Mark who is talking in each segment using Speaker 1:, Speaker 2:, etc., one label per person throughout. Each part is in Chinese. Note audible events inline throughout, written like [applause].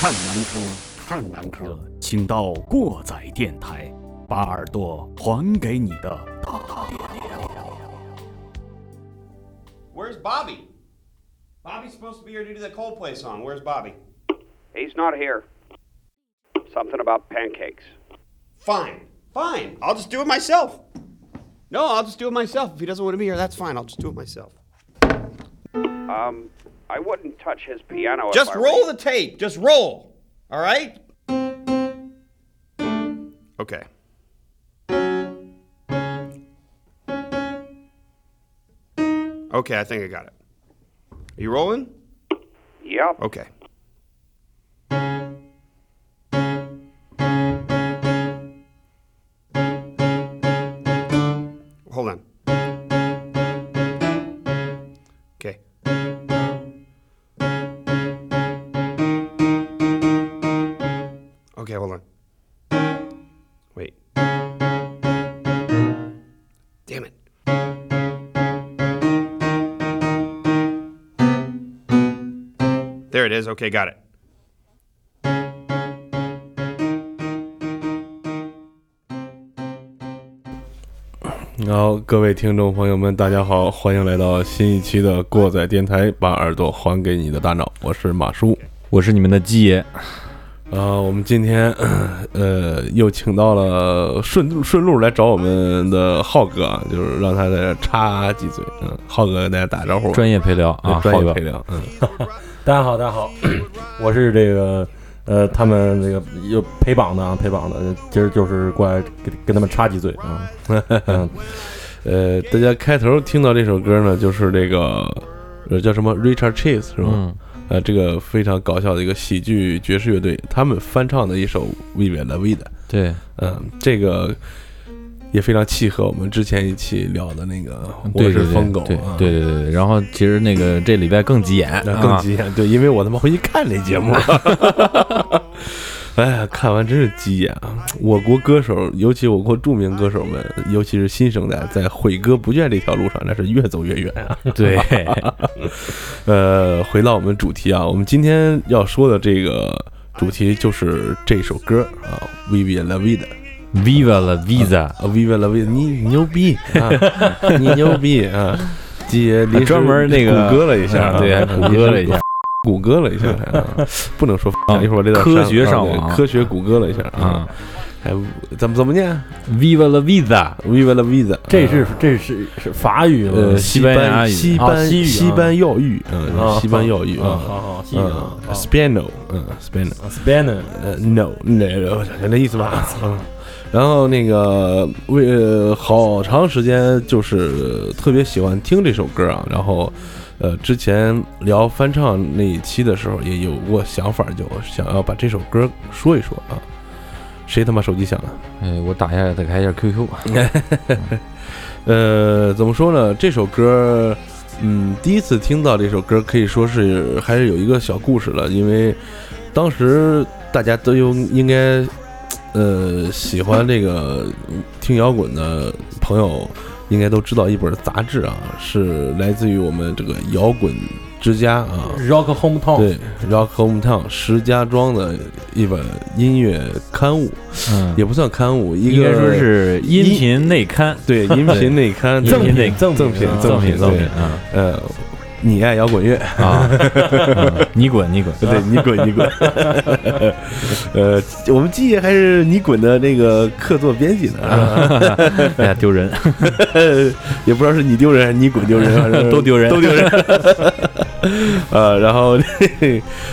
Speaker 1: 看南科，看南科，嗯请到过载电台，把耳朵还给你的大电台。
Speaker 2: Where's Bobby? Bobby's supposed to be here to do the Coldplay song. Where's Bobby?
Speaker 3: He's not here. Something about pancakes.
Speaker 2: Fine. Fine. I'll just do it myself. No, I'll just do it myself. If he doesn't want to be here, that's fine. I'll just do it myself.
Speaker 3: Um, I wouldn't touch his piano.
Speaker 2: Just
Speaker 3: if I
Speaker 2: roll
Speaker 3: were
Speaker 2: the tape. Just roll. All right? Okay. Okay, I think I got it. Are you rolling?
Speaker 3: you. Yep.
Speaker 2: Okay. Hold on. Okay. Okay, hold on. Wait. Damn it. There it is. Okay, got it.
Speaker 4: 然后各位听众朋友们，大家好，欢迎来到新一期的过载电台，把耳朵还给你的大脑，我是马叔。
Speaker 5: 我是你们的鸡爷，
Speaker 4: 呃，我们今天 [coughs] 呃又请到了顺顺路来找我们的浩哥啊，就是让他再插几嘴。嗯，浩哥跟大家打招呼吧，
Speaker 5: 专业陪聊啊，
Speaker 4: 对专
Speaker 5: 浩
Speaker 4: 业
Speaker 5: 哥
Speaker 4: 陪，聊。嗯，
Speaker 6: 大家好，大家好， [clears throat] 我是这个呃，他们这个有陪榜的啊，陪榜的，今儿就是过来跟跟他们插几嘴啊。嗯，
Speaker 4: [laughs] 呃，大家开头听到这首歌呢，就是这个呃叫什么 Richard Cheese 是吗？
Speaker 5: 嗯，
Speaker 4: 呃，这个非常搞笑的一个喜剧爵士乐队，他们翻唱的一首《Vive la Vida》。
Speaker 5: 对，
Speaker 4: 嗯，这个也非常契合我们之前一期聊的那个我
Speaker 5: 对
Speaker 4: 是
Speaker 5: 对对
Speaker 4: 疯狗
Speaker 5: 对
Speaker 4: 啊，
Speaker 5: 对对对对。然后其实那个这礼拜更急眼，
Speaker 4: 那更
Speaker 5: 啊
Speaker 4: 急眼，对，因为我他妈回去看那节目了， [laughs] 哎呀，看完真是急眼啊！我国歌手，尤其我国著名歌手们，尤其是新生代，在毁歌不倦这条路上，那是越走越远啊。 [laughs]
Speaker 5: 对， [laughs]
Speaker 4: 呃，回到我们主题啊，我们今天要说的这个主题就是这首歌啊，Vivi La Vida。
Speaker 5: Viva la Visa，
Speaker 4: 啊，Viva la vida，你你牛逼啊，你牛逼啊！姐临时
Speaker 5: 专门那个
Speaker 4: 谷歌了一下啊，
Speaker 5: 对，
Speaker 4: [laughs]
Speaker 5: 还谷歌了一下，
Speaker 4: 谷歌了一下，啊不能说
Speaker 5: 啊
Speaker 4: 一会儿我这段
Speaker 5: 科学
Speaker 4: 删了
Speaker 5: 上网
Speaker 4: 啊对科学谷歌了一下啊
Speaker 5: 啊，
Speaker 4: 还怎么怎么念啊
Speaker 5: ，Viva la Visa，
Speaker 4: ？Viva la vida，啊
Speaker 6: 这是
Speaker 5: 呃
Speaker 6: 这是是法语吗
Speaker 4: 呃
Speaker 5: 西
Speaker 4: 西
Speaker 5: 班牙
Speaker 4: 班
Speaker 5: 语
Speaker 4: 西
Speaker 6: 啊
Speaker 4: 班
Speaker 6: 西语啊
Speaker 4: 西班药浴，
Speaker 5: 呃
Speaker 4: 嗯，
Speaker 6: 啊
Speaker 4: 西班药浴
Speaker 6: 啊，
Speaker 4: 啊，
Speaker 6: 好好，西语
Speaker 4: 嗯
Speaker 6: 啊
Speaker 4: ，Spano，嗯，Spano。
Speaker 6: ，Spanish
Speaker 4: 呃，no，那我想想那意思吧。嗯，然后那个为、呃、好长时间就是特别喜欢听这首歌啊，然后呃之前聊翻唱那一期的时候也有过想法，就想要把这首歌说一说啊。谁他妈手机响了？
Speaker 5: 哎，我打一下，再开一下 QQ，
Speaker 4: [laughs] 呃，怎么说呢？这首歌，嗯，第一次听到这首歌，可以说是还是有一个小故事了，因为当时大家都有应该，呃，喜欢这个听摇滚的朋友，应该都知道一本杂志啊，是来自于我们这个摇滚之家啊。
Speaker 6: Rock
Speaker 5: 哦
Speaker 6: Hometown，
Speaker 4: 对，Rock Hometown 石家庄的一本音乐刊物，
Speaker 5: 嗯，
Speaker 4: 也不算刊物，一个
Speaker 5: 应该说是音频
Speaker 4: [laughs]
Speaker 5: 内刊，
Speaker 4: 对音频内
Speaker 5: [laughs]
Speaker 4: 刊，
Speaker 5: 音频内
Speaker 6: 赠
Speaker 4: 赠品
Speaker 6: 啊
Speaker 5: 赠品
Speaker 4: 对
Speaker 5: 赠品啊
Speaker 4: 呃，你爱摇滚乐，
Speaker 5: 啊，嗯你滚你滚，
Speaker 4: [laughs] 对你滚你滚。呃，我们季爷还是你滚的那个客座编辑呢，啊
Speaker 5: [laughs] 哎呀
Speaker 4: [laughs]
Speaker 5: 丢人，
Speaker 4: 也不知道是你丢人还是你滚丢人，反正
Speaker 5: [laughs] 都丢人
Speaker 4: 都丢人。呃，然后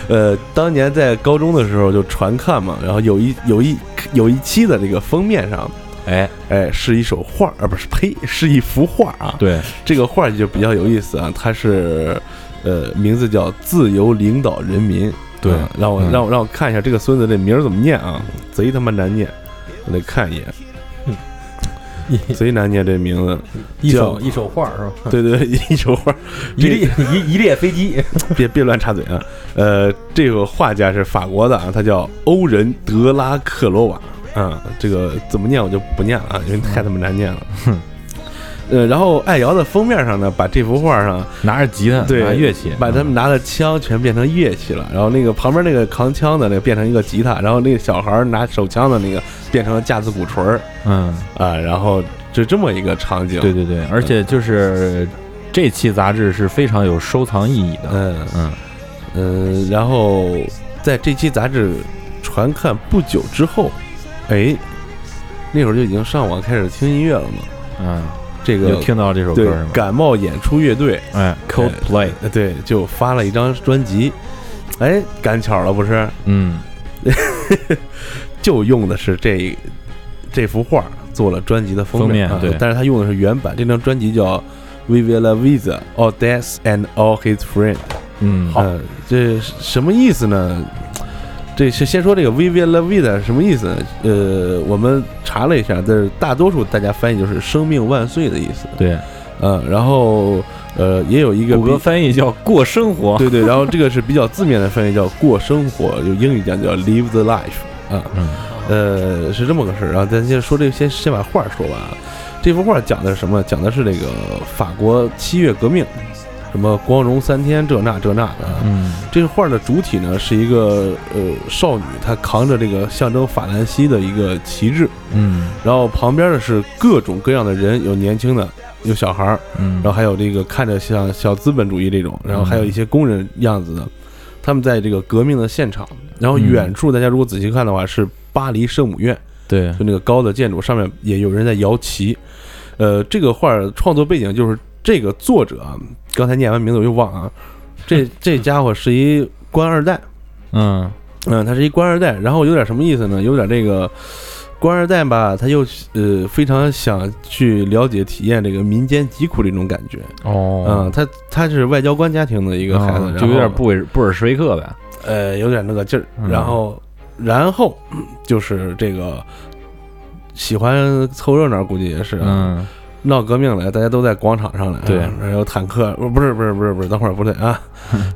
Speaker 4: 呃，当年在高中的时候就传看嘛，然后有一有一有一期的这个封面上， [laughs]
Speaker 5: 哎，
Speaker 4: 哎，是一首画啊，不是呸，是一幅画啊。
Speaker 5: 对，
Speaker 4: 这个画就比较有意思啊，它是呃名字叫《自由领导人民》。
Speaker 5: 对
Speaker 4: 啊让我
Speaker 5: 嗯
Speaker 4: 让我让我看一下这个孙子这名儿怎么念啊，贼他妈难念，我得看一眼，
Speaker 5: 嗯
Speaker 4: [laughs] 贼难念这名字。
Speaker 6: 一
Speaker 4: 叫
Speaker 6: 手一手画是吧？
Speaker 4: 对对， [laughs] 对一手画，
Speaker 6: 一列一一列飞机，
Speaker 4: 别别乱插嘴啊。呃，这个画家是法国的啊，他叫欧仁·德拉克罗瓦。啊，这个怎么念我就不念了，啊，因为太他妈难念了。呃，然后爱瑶的封面上呢，把这幅画上
Speaker 5: 拿着吉他，
Speaker 4: 对
Speaker 5: 拿乐器，
Speaker 4: 把他们拿的枪全变成乐器了，然后那个旁边那个扛枪的那个变成一个吉他，然后那个小孩拿手枪的那个变成了架子鼓槌儿
Speaker 5: 嗯，
Speaker 4: 啊，然后就这么一个场景。
Speaker 5: 对，对对，而且就是这期杂志是非常有收藏意义的，
Speaker 4: 嗯
Speaker 5: 嗯
Speaker 4: 嗯，然后在这期杂志传看不久之后，哎，那会儿就已经上网开始听音乐了嘛。
Speaker 5: 嗯，
Speaker 4: 这个
Speaker 5: 有听到这首歌
Speaker 4: 对
Speaker 5: 是吗？
Speaker 4: 感冒演出乐队，
Speaker 5: 哎，Coldplay，
Speaker 4: 呃对，就发了一张专辑，哎，赶巧了不是？
Speaker 5: 嗯，
Speaker 4: 就用的是这这幅画做了专辑的封
Speaker 5: 封面
Speaker 4: 啊
Speaker 5: 对
Speaker 4: 但是他用的是原版，这张专辑叫《Viva La Vida All Death and All His Friends》。
Speaker 5: 嗯，
Speaker 4: 呃，这是什么意思呢？这是先说这个 Viva La Vida 什么意思呢？呃，我们查了一下，但是大多数大家翻译就是“生命万岁”的意思。
Speaker 5: 对，
Speaker 4: 嗯，然后呃，也有一个
Speaker 5: 谷歌
Speaker 4: 比
Speaker 5: 翻译叫过生
Speaker 4: [laughs]
Speaker 5: 活，
Speaker 4: 对对，然后这个是比较字面的翻译，叫过生活，就英语讲叫 live the life 啊，
Speaker 5: 嗯
Speaker 4: 呃，是这么个事儿。然后咱先说这个，先先把画儿说完啊。这幅画讲的是什么？讲的是这个法国七月革命，什么光荣三天这那这那的啊。
Speaker 5: 嗯
Speaker 4: 这画儿的主体呢是一个呃少女，她扛着这个象征法兰西的一个旗帜，
Speaker 5: 嗯
Speaker 4: 然后旁边的是各种各样的人，有年轻的，有小孩儿，
Speaker 5: 嗯，
Speaker 4: 然后还有这个看着像小资本主义这种，然后还有一些工人样子的，他们在这个革命的现场，然后远处大家如果仔细看的话是巴黎圣母院，
Speaker 5: 对，
Speaker 4: 就那个高的建筑上面也有人在摇旗，呃，这个画儿创作背景就是这个作者啊，刚才念完名字我又忘了啊，这这家伙是一官二代，
Speaker 5: 嗯
Speaker 4: 嗯，他是一官二代，然后有点什么意思呢？有点这个官二代吧，他又呃非常想去了解体验这个民间疾苦这种感觉。
Speaker 5: 哦，
Speaker 4: 嗯，他他是外交官家庭的一
Speaker 5: 一
Speaker 4: 个孩子，然
Speaker 5: 就有点
Speaker 4: 后
Speaker 5: 布尔布尔什维克呗，
Speaker 4: 呃有点那个劲儿，
Speaker 5: 嗯
Speaker 4: 然后然后就是这个喜欢凑热闹，估计也是啊
Speaker 5: 嗯
Speaker 4: 闹革命来，大家都在广场上来啊，
Speaker 5: 对
Speaker 4: 然后有坦克，不不是不是不是不是，等会儿不对啊，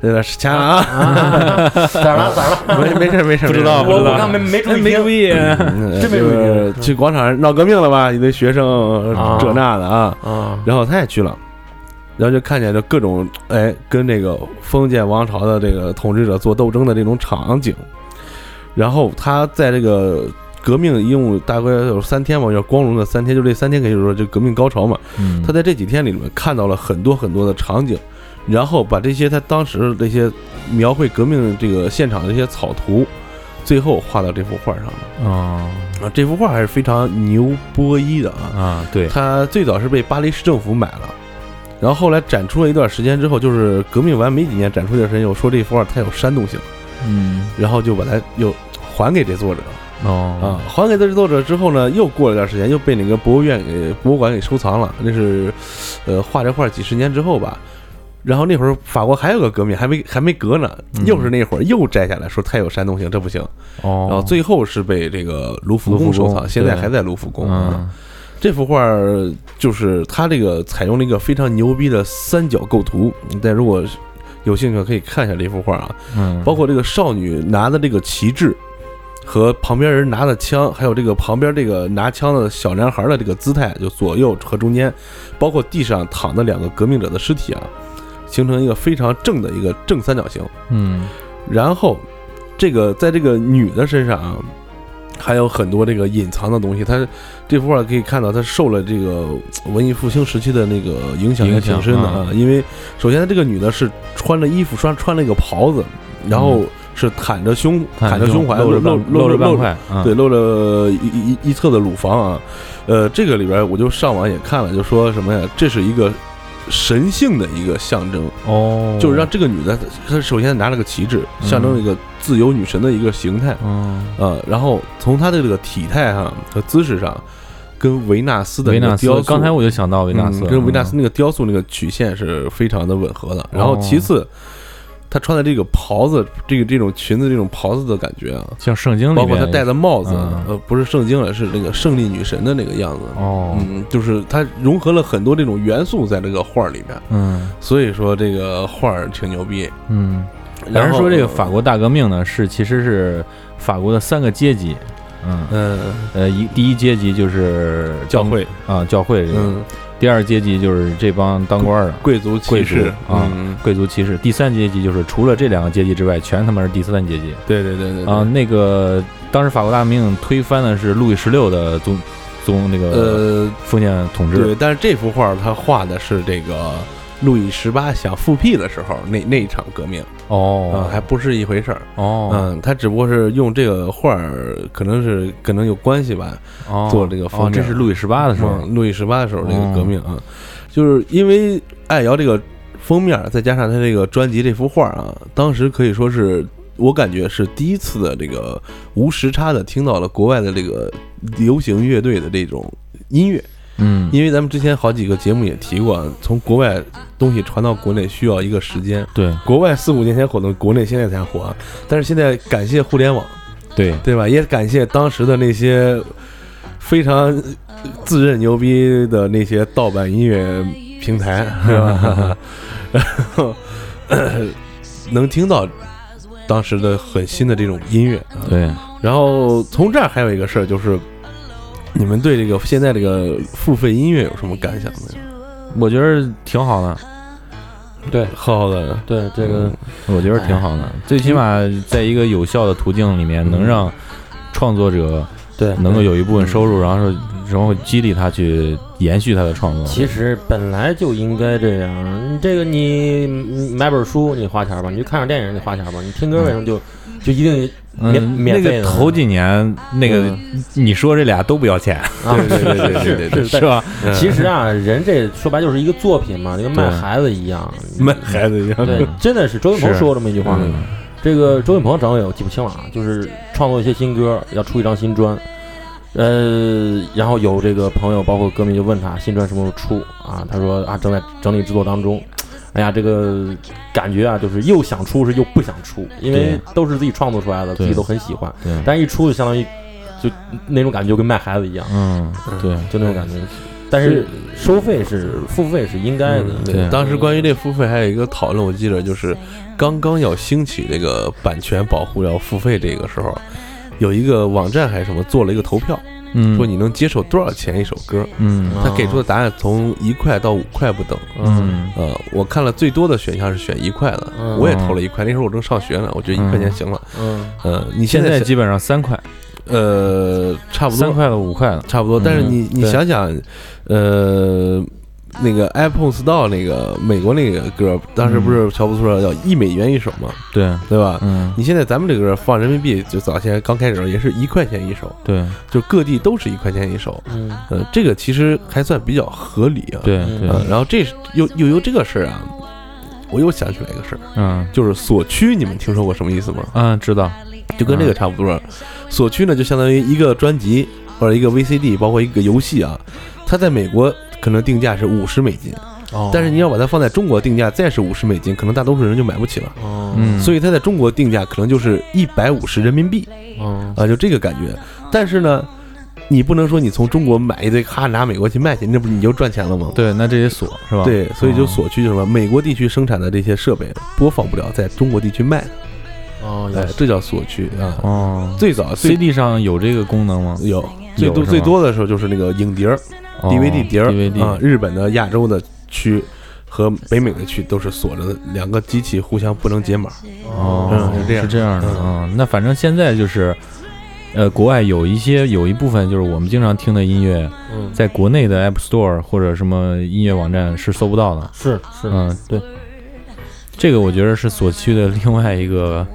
Speaker 4: 有点掐了啊，
Speaker 6: 咋了咋了？
Speaker 4: 没没事儿没事儿，
Speaker 5: 不知道
Speaker 4: 没事儿
Speaker 5: 不知
Speaker 6: 我
Speaker 5: 道
Speaker 6: 我刚没没注意
Speaker 5: 没注
Speaker 6: 听。
Speaker 5: 意，
Speaker 4: 嗯
Speaker 6: 真没
Speaker 4: 就
Speaker 6: 有
Speaker 4: 是去广场上闹革命了吧？一堆学生
Speaker 6: 啊
Speaker 4: 呃这那的啊，
Speaker 6: 啊，
Speaker 4: 然后他也去了，然后就看见就各种哎跟这个封建王朝的这个统治者做斗争的这种场景，然后他在这个革命一共大概有三天嘛，叫光荣的三天，就这三天可以说就革命高潮嘛。
Speaker 5: 嗯
Speaker 4: 他在这几天里面看到了很多很多的场景，然后把这些他当时这些描绘革命这个现场的这些草图，最后画到这幅画上了。
Speaker 5: 哦
Speaker 4: 啊，这幅画还是非常牛波伊的啊。
Speaker 5: 啊对，
Speaker 4: 它最早是被巴黎市政府买了，然后后来展出了一段时间之后，就是革命完没几年，展出一段时间，又说这幅画太有煽动性，
Speaker 5: 嗯
Speaker 4: 然后就把它又还给这作者啊
Speaker 5: 哦，
Speaker 4: 还给这作者之后呢，又过了一段时间，又被那个博物院给博物馆给收藏了。那是，呃，画这画几十年之后吧。然后那会儿法国还有个革命，还没还没革呢，
Speaker 5: 嗯
Speaker 4: 又是那会儿又摘下来说太有煽动性，这不行。
Speaker 5: 哦，
Speaker 4: 然后最后是被这个卢浮
Speaker 5: 卢
Speaker 4: 宫
Speaker 5: 浮
Speaker 4: 收
Speaker 5: 宫
Speaker 4: 藏，现在
Speaker 5: 对
Speaker 4: 还在卢浮宫。
Speaker 5: 嗯
Speaker 4: 这幅画儿就是它这个采用了一个非常牛逼的三角构图，大家如果有兴趣可以看一下这幅画啊，
Speaker 5: 嗯，
Speaker 4: 包括这个少女拿的这个旗帜。和旁边人拿的枪，还有这个旁边这个拿枪的小男孩的这个姿态，就左右和中间，包括地上躺的两个革命者的尸体啊，形成一个非常正的一个正三角形。
Speaker 5: 嗯
Speaker 4: 然后，这个在这个女的身上啊，还有很多这个隐藏的东西。她这幅画可以看到，她受了这个呃文艺复兴时期的那个影响也
Speaker 5: 影响
Speaker 4: 挺深的
Speaker 5: 啊
Speaker 4: 啊。因为首先，这个女的是穿着衣服，穿穿了一个袍子，然后是袒着胸，袒着胸怀，
Speaker 5: 嗯露
Speaker 4: 露
Speaker 5: 着
Speaker 4: 露
Speaker 5: 半
Speaker 4: 露
Speaker 5: 露着半
Speaker 4: 露
Speaker 5: 块，嗯
Speaker 4: 对，露了一一一侧的乳房啊。呃，这个里边我就上网也看了，就说什么呀？这是一个神性的一个象征。
Speaker 5: 哦，
Speaker 4: 就是让这个女的，她首先拿了个旗帜，
Speaker 5: 嗯
Speaker 4: 象征一个自由女神的一个形态，
Speaker 5: 嗯
Speaker 4: 呃，然后从她的这个体态上和姿势上，跟维纳斯的
Speaker 5: 维
Speaker 4: 那
Speaker 5: 纳
Speaker 4: 个
Speaker 5: 斯
Speaker 4: 雕，塑，
Speaker 5: 刚才我就想到维纳
Speaker 4: 嗯
Speaker 5: 斯，
Speaker 4: 跟维纳斯
Speaker 5: 嗯
Speaker 4: 那个雕塑那个曲线是非常的吻合的。然后
Speaker 5: 哦
Speaker 4: 其次，她穿的这个袍子，这个这种裙子这种袍子的感觉啊，
Speaker 5: 像圣经里
Speaker 4: 包括
Speaker 5: 面
Speaker 4: 她戴的帽子
Speaker 5: 嗯，
Speaker 4: 呃，不是圣经了，是那个胜利女神的那个样子。
Speaker 5: 哦，
Speaker 4: 嗯，就是它融合了很多这种元素在这个画儿里面，
Speaker 5: 嗯
Speaker 4: 所以说这个画儿挺牛逼。
Speaker 5: 嗯，
Speaker 4: 然
Speaker 5: 有人
Speaker 4: 后
Speaker 5: 说这个法国大革命呢，是其实是法国的三个阶级，嗯，
Speaker 4: 嗯
Speaker 5: 呃，一第一阶级就是
Speaker 4: 教会
Speaker 5: 啊，教会这个，
Speaker 4: 嗯，
Speaker 5: 第二阶级就是这帮当官儿的
Speaker 4: 贵族骑
Speaker 5: 贵族
Speaker 4: 士
Speaker 5: 啊
Speaker 4: 嗯，
Speaker 5: 贵族骑士，第三阶级就是除了这两个阶级之外，全他妈是第三阶级
Speaker 4: 对对对对对
Speaker 5: 啊。那个当时法国大革命推翻的是路易十六的宗宗那个
Speaker 4: 呃，
Speaker 5: 封建统治
Speaker 4: 对，，但是这幅画他画的是这个路易十八想复辟的时候那那一场革命啊，
Speaker 5: 哦
Speaker 4: 还不是一回事儿。
Speaker 5: 哦
Speaker 4: 嗯，他只不过是用这个画儿，可能是可能有关系吧。
Speaker 5: 哦，
Speaker 4: 做这个封
Speaker 5: 哦，这
Speaker 4: 面
Speaker 5: 是路易十八的时候，哦
Speaker 4: 嗯，路易十八的时候那个革命啊，就是因为爱瑶这个封面，啊再加上他这个专辑这幅画啊，当时可以说是我感觉是第一次的这个无时差的听到了国外的这个流行乐队的这种音乐，
Speaker 5: 嗯，
Speaker 4: 因为咱们之前好几个节目也提过啊，从国外东西传到国内需要一个时间。
Speaker 5: 对
Speaker 4: 国外四五年前火的，国内现在才火啊！但是现在感谢互联网，
Speaker 5: 对，
Speaker 4: 对吧？也感谢当时的那些非常自认牛逼的那些盗版音乐平台，是吧？然后咳能听到当时的很新的这种音乐。啊
Speaker 5: 对，
Speaker 4: 然后从这儿还有一个事儿，就是你们对这个现在这个付费音乐有什么感想没有？
Speaker 5: 我觉得挺好的，
Speaker 6: 对
Speaker 4: 好的，
Speaker 6: 对，这个
Speaker 5: 我觉得挺好的，最起码在一个有效的途径里面，能让创作者
Speaker 6: 对
Speaker 5: 能够有一部分收入，然后然后激励他去延续他的创作。
Speaker 6: 其实本来就应该这样。这个你嗯买本书你花钱吧，你去看场电影你花钱吧，你听歌为什么就就一定免
Speaker 5: 嗯，那
Speaker 6: 免费
Speaker 5: 个
Speaker 6: 的
Speaker 5: 头几年那个你说这俩都不要钱，
Speaker 6: 啊？
Speaker 4: 对对对对对对
Speaker 6: 是是
Speaker 5: [laughs] 是吧？
Speaker 4: 嗯
Speaker 6: 其实啊，人这说白就是一个作品嘛，就跟卖
Speaker 5: 对
Speaker 6: 孩子一样。
Speaker 4: 卖孩子一样，
Speaker 6: 对，真的是周云鹏
Speaker 5: 是
Speaker 6: 说过这么一句话。
Speaker 5: 嗯
Speaker 6: 这个周云鹏长得也我记不清了啊，就是创作一些新歌，要出一张新专。呃，然后有这个朋友，包括歌迷就问他新专什么时候出啊？他说啊，正在整理制作当中。哎呀，这个感觉啊，就是又想出是又不想出，因为都是自己创作出来的，
Speaker 5: 对
Speaker 6: 自己都很喜欢，
Speaker 5: 对，
Speaker 6: 但一出就相当于就那种感觉就跟卖孩子一样，
Speaker 5: 嗯，对，
Speaker 6: 就那种感觉。但是收费是付费是应该的，
Speaker 5: 嗯对
Speaker 4: 当时关于这付费还有一个讨论，我记得就是刚刚要兴起这个版权保护要付费这个时候，有一个网站还是什么做了一个投票，
Speaker 5: 嗯，
Speaker 4: 说你能接受多少钱一首歌，
Speaker 5: 嗯
Speaker 4: 他给出的答案从一块到五块不等。
Speaker 5: 嗯
Speaker 4: 呃，我看了最多的选项是选一块的，
Speaker 6: 嗯
Speaker 4: 我也投了一块，那时候我正上学呢，我觉得一块钱行了。
Speaker 6: 嗯，
Speaker 4: 呃，你
Speaker 5: 现在
Speaker 4: 在
Speaker 5: 基本上三块，
Speaker 4: 呃差不多
Speaker 5: 三块到五块了，
Speaker 4: 差不多。但是你你
Speaker 5: 嗯对
Speaker 4: 想想，呃，那个 iPhone Store 那个美国那个歌，当时不是乔布斯说要一美元一首嘛，
Speaker 5: 对，
Speaker 4: 对吧？
Speaker 5: 嗯，
Speaker 4: 你现在咱们这个歌放人民币，就早前刚开始的时候也是一块钱一首，
Speaker 5: 对
Speaker 4: 就各地都是一块钱一首。
Speaker 6: 嗯
Speaker 4: 呃，这个其实还算比较合理啊。，
Speaker 5: 对
Speaker 6: 嗯
Speaker 5: 对，
Speaker 4: 呃，然后这是又又由这个事儿啊，我又想起来一个事儿，
Speaker 5: 嗯
Speaker 4: 就是锁区，你们听说过什么意思吗？
Speaker 5: 嗯，知道，
Speaker 4: 就跟这个差不多。锁区呢，就相当于一个专辑或者一个 VCD，包括一个游戏啊，它在美国可能定价是五十美金，
Speaker 6: 哦
Speaker 4: 但是你要把它放在中国定价再是五十美金，可能大多数人就买不起了。
Speaker 6: 哦
Speaker 5: 嗯，
Speaker 4: 所以它在中国定价可能就是一百五十人民币
Speaker 6: 哦
Speaker 4: 啊，就这个感觉。但是呢，你不能说你从中国买一堆咔拿美国去卖去，那不你就赚钱了吗？
Speaker 5: 对，那这些锁是吧？
Speaker 4: 对，所以就
Speaker 5: 哦
Speaker 4: 锁区就是什么，美国地区生产的这些设备播放不了在中国地区卖，
Speaker 6: 哦，
Speaker 4: 哎，这叫锁区啊。
Speaker 5: 嗯哦
Speaker 4: 最早最
Speaker 5: CD 上有这个功能吗
Speaker 4: 有最
Speaker 5: 有
Speaker 4: 多
Speaker 5: 是
Speaker 4: 最
Speaker 5: 吗
Speaker 4: 多的时候就是那个影碟儿、
Speaker 5: 哦
Speaker 4: DVD 碟儿
Speaker 5: ？DVD
Speaker 4: 啊，日本的、亚洲的区和北美的区都是锁着的，两个机器互相不能解码。
Speaker 5: 哦，
Speaker 4: 嗯是这样
Speaker 5: 是这样的啊。那反正现在就是，呃，国外有一些有一部分就是我们经常听的音乐，
Speaker 6: 嗯，
Speaker 5: 在国内的 App Store 或者什么音乐网站是搜不到的。
Speaker 6: 是是，
Speaker 5: 嗯，
Speaker 6: 对，
Speaker 5: 这个我觉得是所区的另外一个，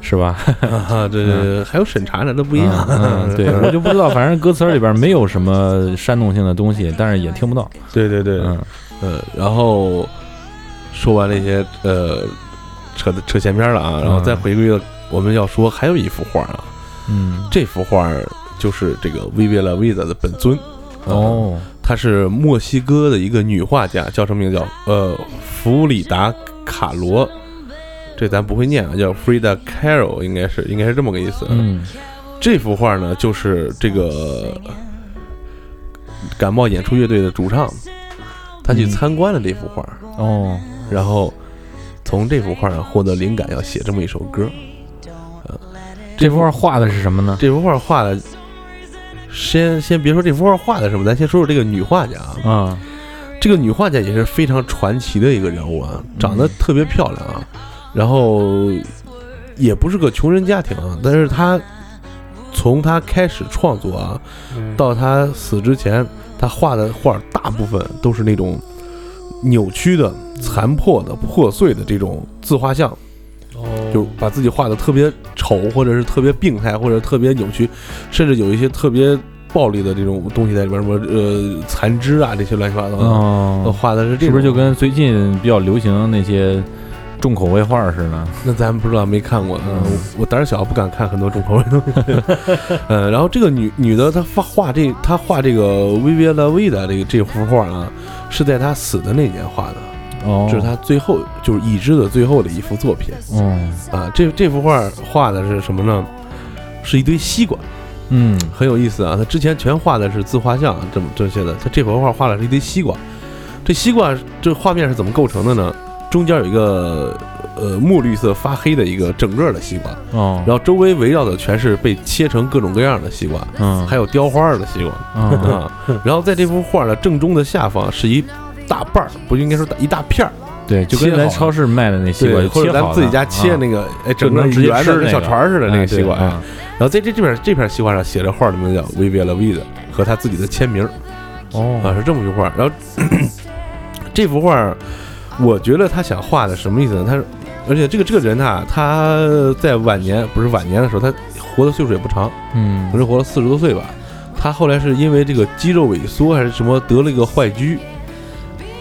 Speaker 5: 是吧？
Speaker 4: 啊， [laughs] 对对对，还有审查呢，那不一样。[laughs]
Speaker 5: 嗯，对我就不知道，反正歌词里边没有什么煽动性的东西，但是也听不到。
Speaker 4: 对对对，
Speaker 5: 嗯，
Speaker 4: 呃，然后说完那些呃扯的扯闲篇了啊，然后再
Speaker 5: 嗯
Speaker 4: 回归到我们要说还有一幅画啊，
Speaker 5: 嗯，
Speaker 4: 这幅画儿就是这个 Vivi La Vida 的本尊。啊
Speaker 5: 哦，
Speaker 4: 她是墨西哥的一个女画家，叫什么名字？叫呃弗里达·卡罗，这咱不会念啊，叫 Frida Caro，应该是应该是这么个意思。，
Speaker 5: 嗯，
Speaker 4: 这幅画呢，就是这个呃感冒演出乐队的主唱，他去
Speaker 5: 嗯
Speaker 4: 参观了这幅画，
Speaker 5: 哦，
Speaker 4: 然后从这幅画上获得灵感，要写这么一首歌。
Speaker 5: 这幅画画的是什么呢？
Speaker 4: 这幅画画的先先别说这幅画的什么，咱先说说这个女画家啊。
Speaker 5: 啊，
Speaker 4: 这个女画家也是非常传奇的一个人物啊，长得特别漂亮啊，然后也不是个穷人家庭啊，但是她从她开始创作啊，到她死之前，她画的画大部分都是那种扭曲的、残破的、破碎的这种自画像，就把自己画的特别丑，或者是特别病态，或者特别扭曲，甚至有一些特别暴力的这种东西在里边，什么呃残肢啊这些乱七八糟的。呃
Speaker 5: 哦，
Speaker 4: 画的是这种，
Speaker 5: 是不是就跟最近比较流行那些重口味画似的？
Speaker 4: 那咱不知道没看过，嗯
Speaker 5: 嗯，
Speaker 4: 我我胆儿小，不敢看很多重口味的东西。 [laughs] 嗯，然后这个女女的她画画这她画这个薇薇拉薇的这个这幅画啊，是在她死的那年画的，
Speaker 5: 哦，
Speaker 4: 这是她最后就是已知的最后的一幅作品
Speaker 5: 嗯
Speaker 4: 啊。这这幅画画的是什么呢？是一堆西瓜，
Speaker 5: 嗯
Speaker 4: 很有意思啊。她之前全画的是自画像，啊这么这些的，她这幅画画的是一堆西瓜。这西瓜这画面是怎么构成的呢？中间有一个呃墨绿色发黑的一个整个的西瓜，
Speaker 5: 哦，
Speaker 4: 然后周围围绕的全是被切成各种各样的西瓜，
Speaker 5: 嗯
Speaker 4: 还有雕花儿的西瓜
Speaker 5: 嗯
Speaker 4: 啊。
Speaker 5: [laughs]
Speaker 4: 然后在这幅画的正中的下方是一大瓣儿，不应该说大一大片儿，
Speaker 5: 对，就跟咱超市卖的那西瓜
Speaker 4: 对，或者咱们自己家切那个，哎，整个
Speaker 5: 能直接
Speaker 4: 圆
Speaker 5: 吃
Speaker 4: 的跟
Speaker 5: 那
Speaker 4: 小
Speaker 5: 个
Speaker 4: 船儿似的那个西瓜，哎
Speaker 5: 啊，
Speaker 4: 然后在这这边这片西瓜上写着画的名字叫 v i v i l a v i d 和他自己的签名儿啊，
Speaker 5: 哦，
Speaker 4: 是这么一幅画。然后 [clears throat] 这幅画儿，我觉得他想画的什么意思呢？他是，而且这个这个人啊，他在晚年不是晚年的时候，他活的岁数也不长。可
Speaker 5: 嗯
Speaker 4: 能活了四十多岁吧。他后来是因为这个肌肉萎缩还是什么得了一个坏疽，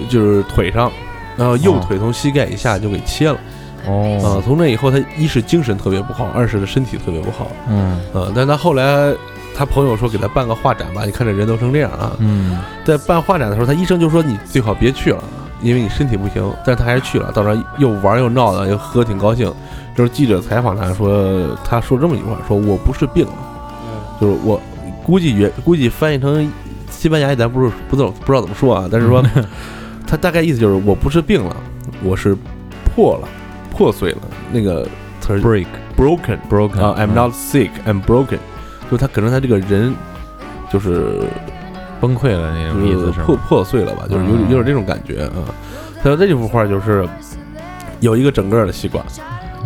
Speaker 4: 就是腿上，然后右
Speaker 5: 哦
Speaker 4: 腿从膝盖以下就给切了啊、
Speaker 5: 哦，
Speaker 4: 从那以后，他一是精神特别不好，二是身体特别不好
Speaker 5: 嗯
Speaker 4: 啊、但他后来，他朋友说给他办个画展吧，你看这人都成这样啊。
Speaker 5: 嗯
Speaker 4: 在办画展的时候，他医生就说你最好别去了，因为你身体不行。但是他还是去了，到那儿又玩又闹的，又喝，挺高兴。就是记者采访他说，他说这么一句话：说我不是病了，就是我估计原估计翻译成西班牙语，咱不是不知道不知道怎么说啊，但是说他大概意思就是我不是病了，我是破了，破碎了那个词儿
Speaker 5: ，break
Speaker 4: broken
Speaker 5: broken 嗯
Speaker 4: 啊、i m not sick, I'm broken，就他可能他这个人就是
Speaker 5: 崩溃了那种意
Speaker 4: 就是
Speaker 5: 思是
Speaker 4: 破
Speaker 5: 吗？
Speaker 4: 破碎了吧，就是有
Speaker 5: 嗯
Speaker 4: 有点这种感觉啊。还有这幅画就是有一个整个的西瓜，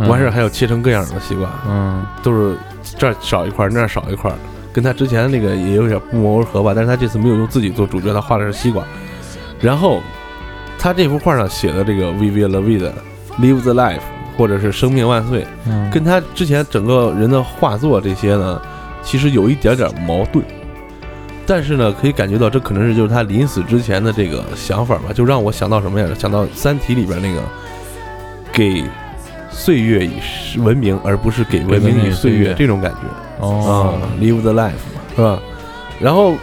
Speaker 4: 完事儿还有切成各样的西瓜，
Speaker 5: 嗯
Speaker 4: 都是这儿少一块儿，那儿少一块儿，跟他之前那个也有点不谋而合吧。但是他这次没有用自己做主角，他画的是西瓜。然后他这幅画上写的这个 “Vive la vida, live the life”，或者是“生命万岁”，
Speaker 5: 嗯，
Speaker 4: 跟他之前整个人的画作这些呢，其实有一点点矛盾。但是呢，可以感觉到这可能是就是他临死之前的这个想法吧，就让我想到什么呀？想到《三体》里边那个给岁月以时文明，而不是给文明以岁月这种感觉啊
Speaker 5: 哦，
Speaker 4: ，live the life 嘛，是吧？然后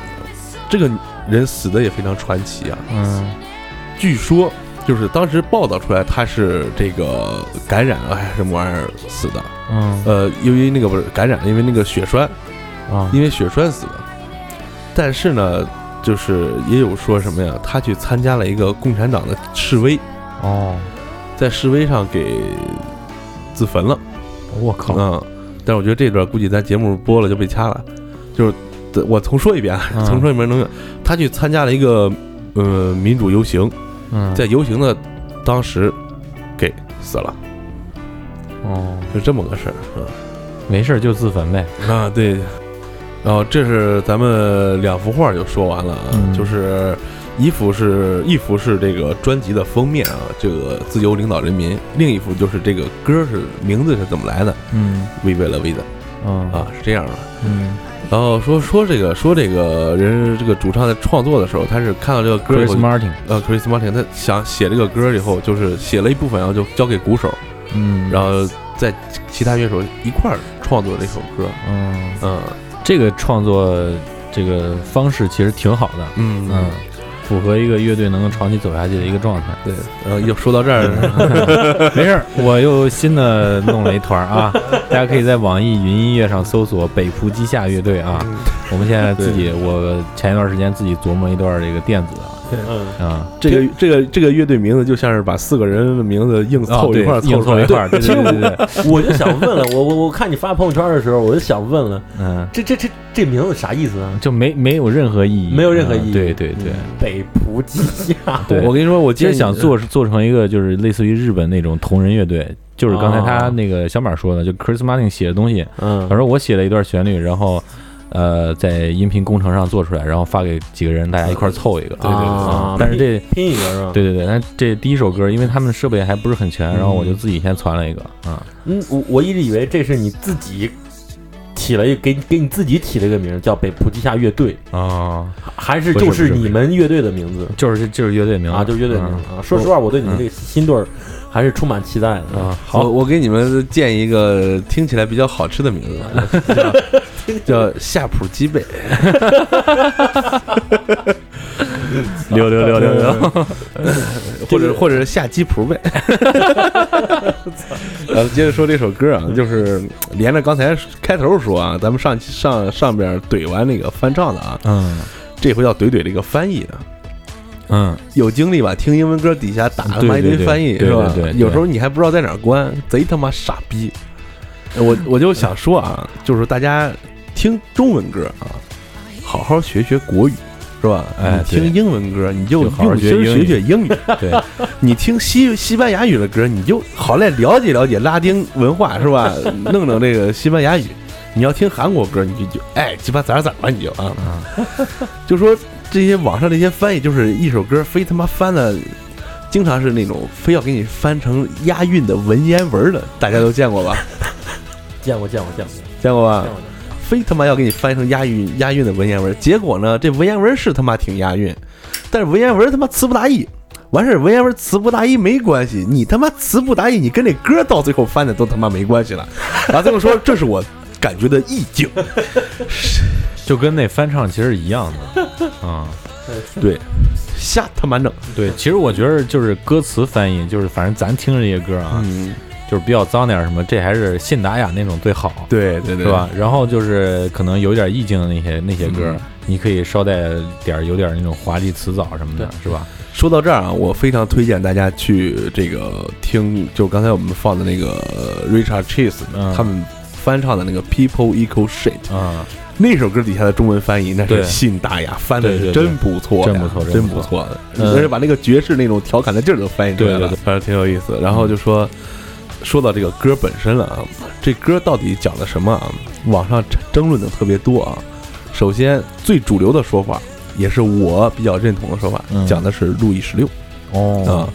Speaker 4: 这个人死的也非常传奇啊，
Speaker 5: 嗯
Speaker 4: 据说就是当时报道出来他是这个感染啊还是什么玩意儿死的，
Speaker 5: 嗯
Speaker 4: 呃，因为那个不是感染，因为那个血栓，
Speaker 5: 啊，
Speaker 4: 因为血栓死的。但是呢，就是也有说什么呀，他去参加了一个共产党的示威，
Speaker 5: 哦，
Speaker 4: 在示威上给自焚了。
Speaker 5: 我靠，
Speaker 4: 嗯，但是我觉得这段估计咱节目播了就被掐了，就是我重说一遍，啊
Speaker 5: 嗯，
Speaker 4: 重说一遍能用。他去参加了一个呃民主游行，
Speaker 5: 嗯，
Speaker 4: 在游行的当时给死了，
Speaker 5: 哦，
Speaker 4: 就这么个事儿。嗯。
Speaker 5: 没事儿就自焚呗，
Speaker 4: 啊，对。然后这是咱们两幅画就说完了啊，
Speaker 5: 嗯
Speaker 4: 就是一幅是一幅是这个专辑的封面啊，这个自由领导人民；另一幅就是这个歌是名字是怎么来的
Speaker 5: 嗯
Speaker 4: ，We Will We 的
Speaker 5: 嗯
Speaker 4: 啊，是这样的。
Speaker 5: 嗯，
Speaker 4: 然后说说这个说这个人这个主唱在创作的时候，他是看到这个歌以
Speaker 5: Chris
Speaker 4: 后，
Speaker 5: Martin，
Speaker 4: 呃，Chris Martin，他想写这个歌以后，就是写了一部分，然后就交给鼓手，
Speaker 5: 嗯，
Speaker 4: 然后在其他乐手一块儿创作这首歌。
Speaker 5: 嗯，
Speaker 4: 嗯
Speaker 5: 这个创作这个方式其实挺好的，
Speaker 4: 嗯
Speaker 5: 嗯，符合一个乐队能够长期走下去的一个状态。
Speaker 4: 对，然后呃又说到这
Speaker 5: [laughs]
Speaker 4: 儿，
Speaker 5: 没事儿，我又新的弄了一团儿啊， [laughs] 大家可以在网易云音乐上搜索“北浦基夏乐队”啊。我们现在自己，我前一段时间自己琢磨一段这个电子的
Speaker 6: 嗯， [laughs]
Speaker 5: 啊，
Speaker 4: 这个这个这个乐队名字就像是把四个人的名字硬
Speaker 5: 啊
Speaker 4: 凑一块儿
Speaker 5: 对硬
Speaker 4: 凑出
Speaker 5: 凑
Speaker 4: 来
Speaker 5: 一块儿，对对对对，对
Speaker 6: 我就想问了，我我我看你发朋友圈的时候，我就想问了，
Speaker 5: [laughs] 嗯，
Speaker 6: 这这这这名字啥意思啊？
Speaker 5: 就没没有任何意义，
Speaker 6: 没有任何意义
Speaker 5: 嗯对对对。
Speaker 6: 北浦地下，
Speaker 5: [laughs] 对呃
Speaker 4: 我跟你说，我
Speaker 5: 其
Speaker 4: 今
Speaker 5: 实
Speaker 4: 天
Speaker 5: 想做是做成一个就是类似于日本那种同人乐队，就是刚才他那个小马说的，就 Chris Martin 写的东西，
Speaker 6: 嗯
Speaker 5: 他，说我写了一段旋律，然后呃在音频工程上做出来，然后发给几个人，大家一块儿凑一个。
Speaker 6: 对对对
Speaker 5: 啊但是这
Speaker 6: 拼一个是吧？，
Speaker 5: 对对对，但这第一首歌，因为他们设备还不是很全，然后我就自己先传了一个啊。
Speaker 6: 嗯，我我一直以为这是你自己起了一给给你自己起了一个名儿叫北浦地下乐队，
Speaker 5: 哦，
Speaker 6: 还是
Speaker 5: 不是
Speaker 6: 就
Speaker 5: 不是
Speaker 6: 你们乐队的名字
Speaker 5: 就是就是乐队名
Speaker 6: 啊？就是乐队名
Speaker 5: 嗯
Speaker 6: 啊？说实话，我对你们这个新队儿还是充满期待的啊。
Speaker 4: 我，我给你们建一个听起来比较好吃的名 [laughs] 字，叫叫夏普鸡背。
Speaker 5: 溜溜溜溜溜，
Speaker 4: 或者或者是下鸡 [laughs] 脯呗。呃，接着说这首歌啊，就是连着刚才开头说啊，咱们上上上边怼完那个翻唱的啊，
Speaker 5: 嗯
Speaker 4: 这回要怼怼这个翻译啊的。
Speaker 5: 嗯，
Speaker 4: 有精力吧？听英文歌底下打他
Speaker 5: 对
Speaker 4: 妈一
Speaker 5: 对
Speaker 4: 堆
Speaker 5: 对
Speaker 4: 翻译
Speaker 5: 对
Speaker 4: 是吧？
Speaker 5: 对对对
Speaker 4: 有时候你还不知道在哪儿关，贼他妈傻逼。我我就想说啊，就是大家听中文歌啊，好好学学国语。是吧？
Speaker 5: 哎
Speaker 4: 你听
Speaker 5: 对
Speaker 4: 英文歌，你就
Speaker 5: 就好好
Speaker 4: 用心
Speaker 5: 学英
Speaker 4: 学
Speaker 5: 语
Speaker 4: 学
Speaker 5: [laughs]
Speaker 4: 英语。
Speaker 5: 对，
Speaker 4: 你听西西班牙语的歌，你就好赖了解了解拉丁文化是
Speaker 5: [laughs]
Speaker 4: 吧？弄弄这个西班牙语。你要听韩国歌，你就就哎鸡巴咋咋吧，你就啊，就说这些网上这些翻译，就是一首歌非他妈翻了，经常是那种非要给你翻成押韵的文言文的，大家都见过吧？
Speaker 6: 见过见过见过见过
Speaker 4: 见过吧
Speaker 6: 见？过。
Speaker 4: 非他妈要给你翻成押韵押韵的文言文，结果呢，这文言文是他妈挺押韵，但是文言文他妈词不达意。完事儿，文言文词不达意没关系，你他妈词不达意，你跟这歌到最后翻的都他妈没关系
Speaker 6: [laughs]
Speaker 4: 了。然后最后说，这是我感觉的意境。
Speaker 5: 就跟那翻唱其实一样的啊。
Speaker 4: 对，瞎他妈弄。
Speaker 5: 对，其实我觉得就是歌词翻译，就是反正咱听着这些歌啊，
Speaker 4: 嗯，
Speaker 5: 就是比较脏点儿什么，这还是信达雅那种最好，
Speaker 4: 对对对，
Speaker 5: 是？吧？然后就是可能有点意境的那些那些
Speaker 4: 嗯
Speaker 5: 歌，
Speaker 4: 你
Speaker 5: 你可以捎带点儿有点儿那种华丽辞藻什么的，是吧？
Speaker 4: 说到这儿啊，我非常推荐大家去这个听，就刚才我们放的那个呃 Richard Cheese、
Speaker 5: 嗯
Speaker 4: 他们翻唱的那个 People Equal Shit。
Speaker 5: 啊、
Speaker 4: 那首歌底下的中文翻译那是
Speaker 5: 对
Speaker 4: 信大雅，翻的是
Speaker 5: 对对对
Speaker 4: 真不错呀，
Speaker 5: 真不错
Speaker 4: 真
Speaker 5: 真
Speaker 4: 不
Speaker 5: 不
Speaker 4: 错的，
Speaker 5: 嗯
Speaker 4: 而且把那个爵士那种调侃的劲儿都翻译出来了，
Speaker 5: 对对对
Speaker 4: 反正挺有意思。然后就说说到这个歌本身了啊，这歌到底讲的什么啊？网上争论的特别多啊。首先，最主流的说法，也是我比较认同的说法，
Speaker 5: 嗯
Speaker 4: 讲的是路易十六啊
Speaker 5: 哦，，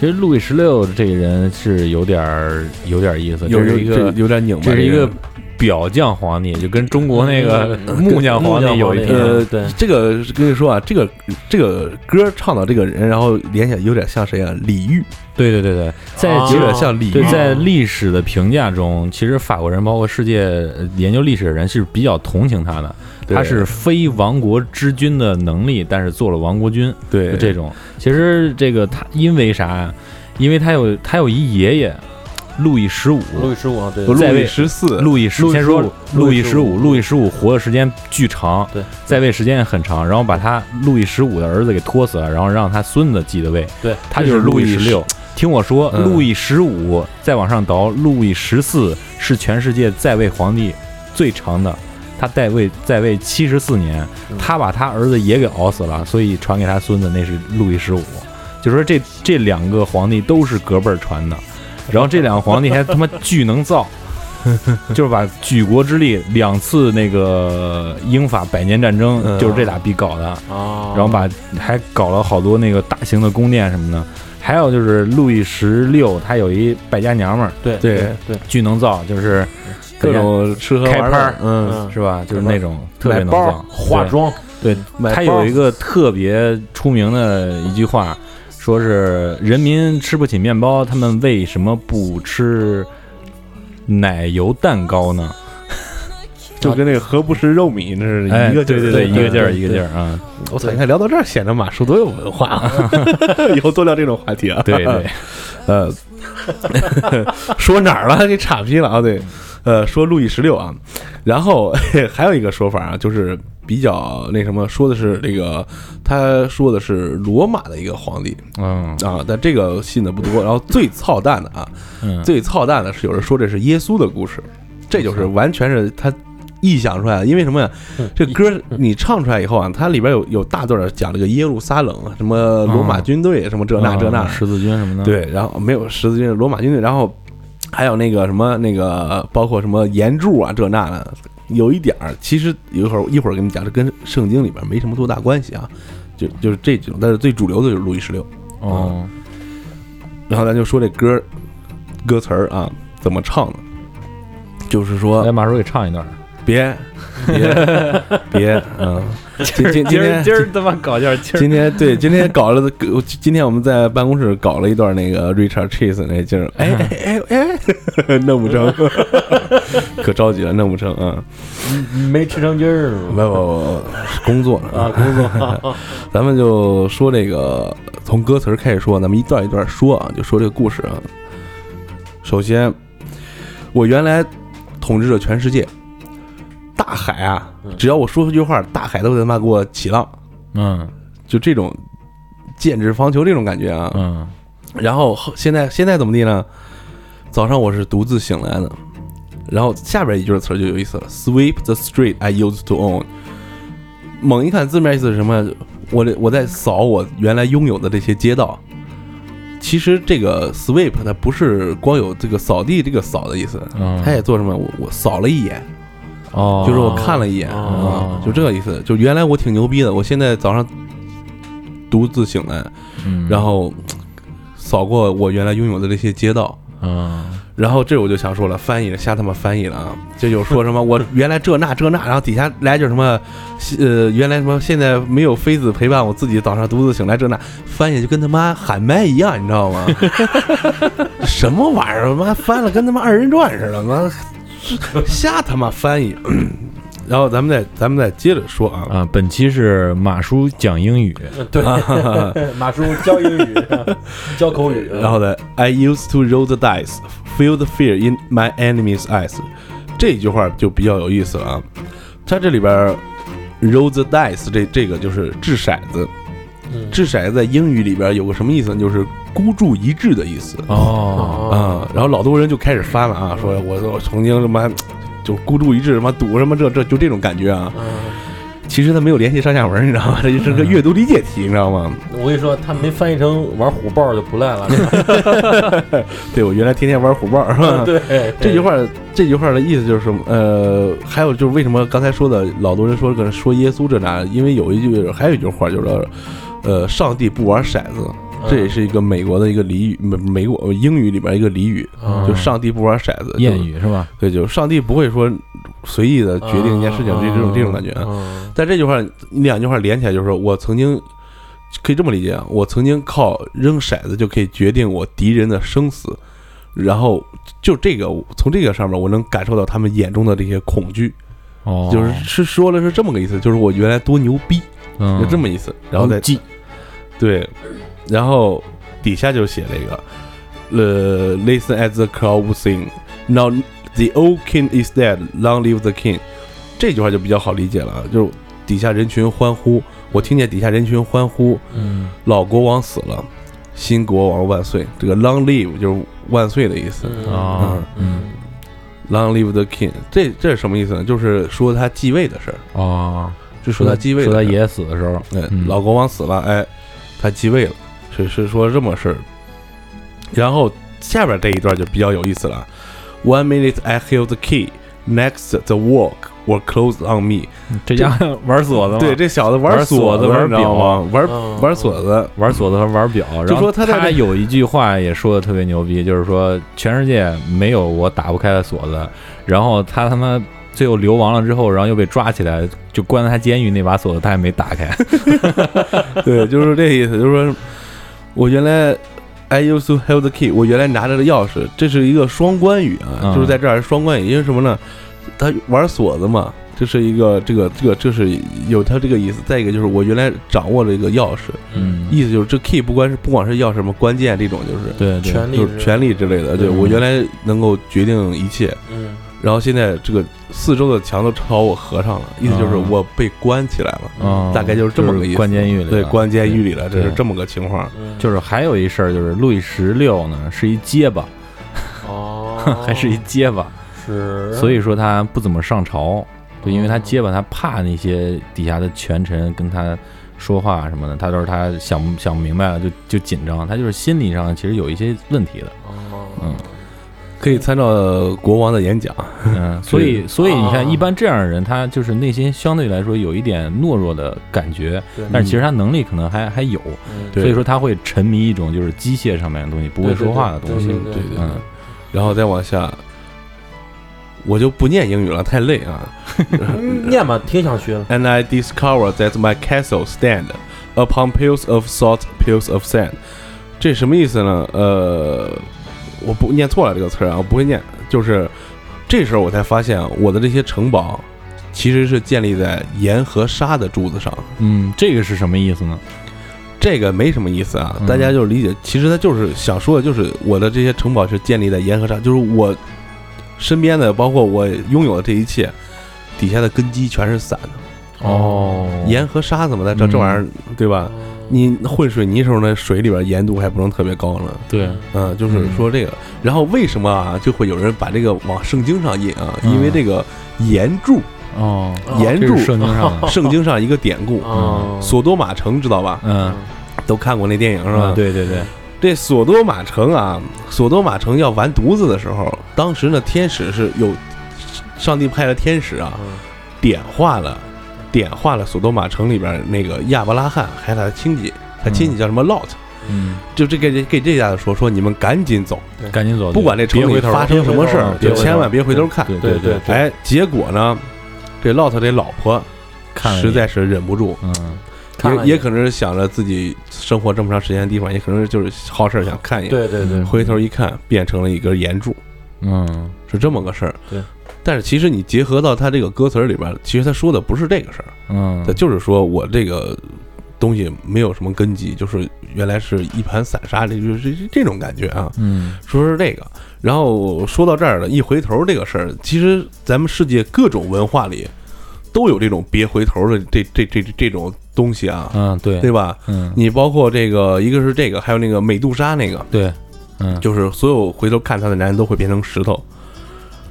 Speaker 5: 其实路易十六这个人是有点儿有点儿意思，
Speaker 4: 有
Speaker 5: 这是一
Speaker 4: 这
Speaker 5: 个
Speaker 4: 有点拧巴，
Speaker 5: 这是一
Speaker 4: 个
Speaker 5: 个表匠皇帝，就跟中国那个木匠皇帝有一拼。
Speaker 4: 呃，
Speaker 6: 对
Speaker 4: 这个跟你说啊，这个这个歌唱到这个人，然后联想有点像谁啊？李煜，
Speaker 5: 对对对对，在
Speaker 6: 啊
Speaker 5: 其
Speaker 4: 有
Speaker 5: 实
Speaker 4: 点像李
Speaker 5: 对
Speaker 4: 煜，，
Speaker 5: 在历史的评价中，其实法国人包括世界呃研究历史的人是比较同情他的。
Speaker 4: 对
Speaker 5: 他是非亡国之君的能力，但是做了亡国君，
Speaker 4: 对
Speaker 5: 就这种。其实这个他因为啥呀？因为他有他有一爷爷，路易十五。
Speaker 6: 路易十五啊，对，
Speaker 4: 路
Speaker 5: 在
Speaker 4: 易
Speaker 5: 位
Speaker 4: 十四，
Speaker 5: 路易十
Speaker 6: 路易
Speaker 5: 先
Speaker 6: 十
Speaker 5: 说
Speaker 6: 五
Speaker 5: 路
Speaker 6: 路
Speaker 5: 易
Speaker 6: 易
Speaker 5: 十
Speaker 6: 十
Speaker 5: 五，
Speaker 6: 五
Speaker 5: 路易十五活的时间巨长，
Speaker 6: 对，
Speaker 5: 在位时间也很长，然后把他路易十五的儿子给拖死了，然后让他孙子继的位，
Speaker 6: 对，
Speaker 5: 他就是路易十六。听我说，
Speaker 4: 嗯
Speaker 5: 路易十五再往上倒，路易十四是全世界在位皇帝最长的，他在位在位七十四年，
Speaker 6: 嗯
Speaker 5: 他把他儿子也给熬死了，所以传给他孙子那是路易十五。就说这这两个皇帝都是隔辈儿传的，然后这两个皇帝还他妈巨
Speaker 4: [laughs]
Speaker 5: 能造，就是把举国之力两次那个英法百年战争
Speaker 4: 嗯哦
Speaker 5: 就是这俩逼搞的。
Speaker 6: 啊，
Speaker 5: 然后把还搞了好多那个大型的宫殿什么的。还有就是路易十六，他有一败家娘们儿，
Speaker 6: 对
Speaker 4: 对
Speaker 6: 对，
Speaker 5: 巨能造，就是
Speaker 4: 各种吃喝
Speaker 5: 开
Speaker 4: 玩
Speaker 5: 拍
Speaker 4: 乐
Speaker 5: 儿，
Speaker 4: 嗯，
Speaker 6: 嗯，
Speaker 5: 是吧？就是那种特别
Speaker 4: 买
Speaker 5: 能
Speaker 4: 包
Speaker 5: 造，
Speaker 6: 化妆
Speaker 5: 对。
Speaker 4: 买
Speaker 5: 对，他
Speaker 4: 包
Speaker 5: 有一个特别出名的一句话，说是人民吃不起面包，他们为什么不吃奶油蛋糕呢？
Speaker 4: 就跟那个何不食肉糜那是
Speaker 5: 哎，
Speaker 4: 一个
Speaker 5: 对
Speaker 4: 劲儿
Speaker 5: 对
Speaker 4: 对
Speaker 5: 对，一个劲儿
Speaker 4: 对
Speaker 5: 一个劲儿啊，
Speaker 4: 我操！你看聊到这儿，显得马叔多有文化啊！ [laughs] 以后多聊这种话题啊。
Speaker 5: 对对，
Speaker 4: [laughs] 呃，说哪儿了？给岔劈了啊！对，呃，说路易十六啊，然后 [laughs] 还有一个说法啊，就是比较那什么，说的是这个，他说的是罗马的一个皇帝
Speaker 5: 嗯
Speaker 4: 啊，但这个信的不多。然后最操蛋的啊，
Speaker 5: 嗯，嗯
Speaker 4: 最操蛋的是有人说这是耶稣的故事，这就是完全是他臆想出来的，因为什么呀
Speaker 6: 嗯？
Speaker 4: 这歌你唱出来以后啊，它里边有有大段儿讲这个耶路撒冷，啊什
Speaker 5: 哦
Speaker 4: 么罗马军队，什么这那这那
Speaker 5: 啊
Speaker 4: 的，
Speaker 5: 十字军什么的，，
Speaker 4: 对，然后没有十字军，罗马军队，然后还有那个什么那个，包括什么岩柱啊这那的，有一点儿，其实一会儿一会儿给你讲，这跟圣经里边没什么多大关系啊，就就是这几种，但是最主流的就是路易十六。
Speaker 5: 哦，
Speaker 4: 然后咱就说这歌歌词儿啊怎么唱的，就是说
Speaker 5: 来马叔给唱一段。
Speaker 4: 别别 [laughs] 别，嗯，今今今天
Speaker 5: [laughs] 今儿他妈搞笑，今儿
Speaker 4: 今天对，今天搞了，今天我们在办公室搞了一段那个 Richard Cheese 那劲儿，哎哎哎哎， [laughs] 弄不成，可着急了，弄不成啊！
Speaker 6: 没吃成劲儿
Speaker 4: 不不不，工作呢，
Speaker 6: 啊，工作
Speaker 4: [laughs] 咱们就说这个，从歌词儿开始说，咱们一段一段说啊，就说这个故事啊。首先，我原来统治着全世界，大海啊，
Speaker 6: 嗯
Speaker 4: 只要我说出句话，大海都会他妈给我起浪，
Speaker 5: 嗯
Speaker 4: 就这种剑指方遒这种感觉啊。
Speaker 5: 嗯
Speaker 4: 然后后现在现在怎么地呢？早上我是独自醒来的，然后下边一句词儿就有意思了：Sweep the street I used to own。猛一看字面意思是什么？我这我在扫我原来拥有的这些街道。其实这个 sweep 它不是光有这个扫地这个扫的意思，
Speaker 5: 嗯，
Speaker 4: 它也做什么？我我扫了一眼，
Speaker 5: 哦，
Speaker 4: 就是我看了一眼
Speaker 5: 哦
Speaker 4: 啊，就这个意思。就原来我挺牛逼的，我现在早上独自醒来，
Speaker 5: 嗯，
Speaker 4: 然后扫过我原来拥有的这些街道。
Speaker 5: 嗯
Speaker 4: 然后这我就想说了，翻译了，瞎他妈翻译了啊！这就说什么我原来这那这那，然后底下来句什么，呃，原来什么现在没有妃子陪伴，我自己早上独自醒来这那，翻译就跟他妈喊麦一样，你知道吗？ [laughs] 什么玩意儿？妈翻了跟他妈二人转似的，妈瞎他妈翻译。 [clears throat] 然后咱们再咱们再接着说啊，
Speaker 5: 啊，本期是马叔讲英语，
Speaker 4: 嗯
Speaker 6: 对， [laughs] 马叔教英
Speaker 4: [laughs]
Speaker 6: 语，教口语，
Speaker 4: 然后呢，I used to roll the dice, feel the fear in my enemy's eyes。这句话就比较有意思了啊。它这里边儿 roll the dice 这这个就是掷骰子，
Speaker 6: 嗯
Speaker 4: 掷骰子在英语里边儿有个什么意思呢？就是孤注一掷的意思啊、
Speaker 5: 哦， [laughs]
Speaker 4: 然后老多人就开始翻了啊，说我我曾经什么就孤注一掷什么赌什么这这就这种感觉啊。其实他没有联系上下文，你知道吗？这就是个阅读理解题，你知道吗？
Speaker 6: 我跟你说，他没翻译成玩虎豹就不赖了。
Speaker 4: [laughs] 对我原来天天玩虎豹儿，是 [laughs] 吧？
Speaker 6: 对，
Speaker 4: 这句话，这句话的意思就是什么？呃，还有就是为什么刚才说的老多人说可能说耶稣这那，因为有一句，还有一句话就是，呃，上帝不玩骰子，
Speaker 5: 嗯
Speaker 6: 嗯
Speaker 4: 这也是一个美国的一个俚语，美美国呃英语里边一个俚语，
Speaker 6: 嗯
Speaker 4: 就上帝不玩骰子，
Speaker 5: 谚
Speaker 4: 就，
Speaker 5: 语是吧？
Speaker 4: 对，就上帝不会说随意的决定一件事情，这这种这种感觉啊。
Speaker 6: 嗯
Speaker 4: 但这句话两句话连起来就是说我曾经可以这么理解啊，我曾经靠扔骰子就可以决定我敌人的生死，然后就这个从这个上面我能感受到他们眼中的这些恐惧，
Speaker 5: 哦，
Speaker 4: 就是是说了是这么个意思，就是我原来多牛逼，
Speaker 5: 嗯哦
Speaker 4: 就这么意思，然后再
Speaker 5: 记，
Speaker 4: 对，然后底下就写了一个，呃，listen as the crowd sing, now the old king is dead, long live the king。这句话就比较好理解了啊，就是底下人群欢呼，我听见底下人群欢呼，
Speaker 6: 嗯
Speaker 4: 老国王死了，新国王万岁。这个 long live 就是万岁的意思。
Speaker 5: 哦，嗯，
Speaker 6: 嗯
Speaker 4: Long live the king，这这是什么意思呢？就是说他继位的事儿，
Speaker 5: 哦，
Speaker 4: 就说他继位的
Speaker 5: 说
Speaker 4: 事
Speaker 5: 他
Speaker 4: 儿
Speaker 5: 爷爷死的时候，
Speaker 4: 哎
Speaker 5: 嗯，
Speaker 4: 老国王死了，哎，他继位了，是是说这么事儿。然后下边这一段就比较有意思了。One minute I held the key, next the walk were closed on me。
Speaker 5: 这家伙玩锁的嘛，
Speaker 4: 对，这小子玩
Speaker 5: 玩
Speaker 4: 锁
Speaker 5: 锁
Speaker 4: 子
Speaker 5: 子玩
Speaker 4: 你知道
Speaker 5: 表
Speaker 4: 吗？玩
Speaker 6: 嗯
Speaker 4: 玩锁子，
Speaker 5: 玩锁子和玩表，然后
Speaker 4: 就说他
Speaker 5: 他
Speaker 4: 在那
Speaker 5: 有一句话也说的特别牛逼，就是说全世界没有我打不开的锁子。然后他他妈最后流亡了之后，然后又被抓起来，就关在他监狱那把锁子他也没打开。
Speaker 4: [laughs] 对，就是这意思，就是说我原来。I used to hold the key，我原来拿着的钥匙，这是一个双关语啊，
Speaker 5: 嗯
Speaker 4: 就是在这儿是双关语，因为什么呢？他玩锁子嘛，这是一个这个这个这是有他这个意思。再一个就是我原来掌握了一个钥匙，
Speaker 5: [laughs] 嗯，
Speaker 4: 意思就是这 key 不管是不管是钥匙什么关键这种，就是
Speaker 5: 对对，
Speaker 6: 权力
Speaker 4: 就是权力之类的。对
Speaker 5: 嗯
Speaker 4: 我原来能够决定一切，
Speaker 6: 嗯
Speaker 4: 然后现在这个四周的墙都朝我合上了，意思就是
Speaker 5: 嗯
Speaker 4: 我被关起来了，
Speaker 5: 哦
Speaker 4: 大概就是这么个意思。
Speaker 5: 关监狱里了，
Speaker 4: 对，关监狱里了，这
Speaker 5: 对
Speaker 4: 是这么个情况。
Speaker 6: 嗯
Speaker 5: 就是还有一事儿，就是路易十六呢是一结巴，
Speaker 6: 哦
Speaker 5: [laughs]，
Speaker 4: [laughs]
Speaker 5: 还是一结巴，
Speaker 6: 是，
Speaker 5: 所以说他不怎么上朝。对，因为他结巴，他怕那些底下的权臣跟他说话什么的，他都是他想想明白了就就紧张，他就是心理上其实有一些问
Speaker 6: [laughs]
Speaker 5: 题的，嗯
Speaker 4: 可以参照国王的演讲，
Speaker 5: 嗯，所以所以你
Speaker 6: 啊
Speaker 5: 看，一般这样的人，他就是内心相对来说有一点懦弱的感觉，
Speaker 6: 对
Speaker 5: 但是其实他能力可能还还有，
Speaker 4: 对
Speaker 5: 所以说他会沉迷一种就是机械上面的东西，不会说话的东西，
Speaker 6: 对
Speaker 4: 嗯
Speaker 6: 对
Speaker 4: 对
Speaker 6: 对
Speaker 4: 对，
Speaker 5: 嗯，
Speaker 4: 然后再往下，我就不念英语了，太累啊。
Speaker 6: 嗯念吧，挺想学的。
Speaker 4: and I discover that my castle stand upon pills of salt, pills of sand。这什么意思呢？呃，我不念错了这个词儿啊，我不会念。就是这时候我才发现，我的这些城堡其实是建立在盐和沙的柱子上。
Speaker 5: 嗯，这个是什么意思呢？
Speaker 4: 这个没什么意思啊，
Speaker 5: 嗯
Speaker 4: 大家就理解。其实他就是想说的，就是我的这些城堡是建立在盐和沙，就是我身边的，包括我拥有的这一切，底下的根基全是散的。
Speaker 5: 哦，
Speaker 4: 盐和沙怎么的？这这玩意儿，对吧？你混水泥时候呢，水里边盐度还不能特别高呢。
Speaker 5: 对，
Speaker 4: 嗯，就是说这个。然后为什么啊，就会有人把这个往圣经上引啊？
Speaker 5: 嗯
Speaker 4: 因为这个盐柱，
Speaker 5: 哦，
Speaker 4: 盐
Speaker 5: 这
Speaker 4: 柱，
Speaker 5: 是圣经
Speaker 6: [laughs]
Speaker 5: 上的，
Speaker 4: 圣经上一个典故，
Speaker 6: 哦，
Speaker 4: 索多玛城知道吧？
Speaker 5: 嗯，
Speaker 4: 都看过那电影是吧？
Speaker 5: 嗯对对对，
Speaker 4: 这索多玛城啊，索多玛城要完犊子的时候，当时呢，天使是有上帝派了天使啊，
Speaker 5: 嗯
Speaker 4: 点化了，点化了索多玛城里边那个亚伯拉罕，还有他的亲戚，他亲戚叫什么 Lot，、
Speaker 5: 嗯，
Speaker 4: 就这给给这家子说说你们赶紧走，
Speaker 5: 赶紧走，
Speaker 4: 不管这城里发生什么事儿，
Speaker 5: 别
Speaker 4: 就
Speaker 5: 回头嗯
Speaker 4: 千万别回头看。
Speaker 5: 对
Speaker 6: 对
Speaker 5: 对，
Speaker 4: 哎，结果呢，这 Lot 这老婆
Speaker 5: 看了一
Speaker 4: 实
Speaker 5: 眼
Speaker 4: 在是忍不住，
Speaker 5: 嗯，
Speaker 6: 看了
Speaker 4: 也
Speaker 6: 一
Speaker 4: 也
Speaker 6: 眼
Speaker 4: 可能是想着自己生活这么长时间的地方，也可能就是好事儿想看一眼。
Speaker 6: 对对对，
Speaker 4: 回头一看，变成了一根岩柱，
Speaker 5: 嗯，
Speaker 4: 是这么个事儿。
Speaker 6: 对，
Speaker 4: 但是其实你结合到他这个歌词儿里边儿，其实他说的不是这个事儿，
Speaker 5: 嗯
Speaker 4: 他，就是说我这个东西没有什么根基，就是原来是一盘散沙，这就是这这种感觉啊。
Speaker 5: 嗯，
Speaker 4: 说是这个，然后说到这儿了，一回头这个事儿，其实咱们世界各种文化里都有这种别回头的这这这这这种东西啊，
Speaker 5: 嗯，对，
Speaker 4: 对吧？
Speaker 5: 嗯，
Speaker 4: 你包括这个，一个是这个，还有那个美杜莎那个，
Speaker 5: 对，嗯，
Speaker 4: 就是所有回头看他的男人都会变成石头。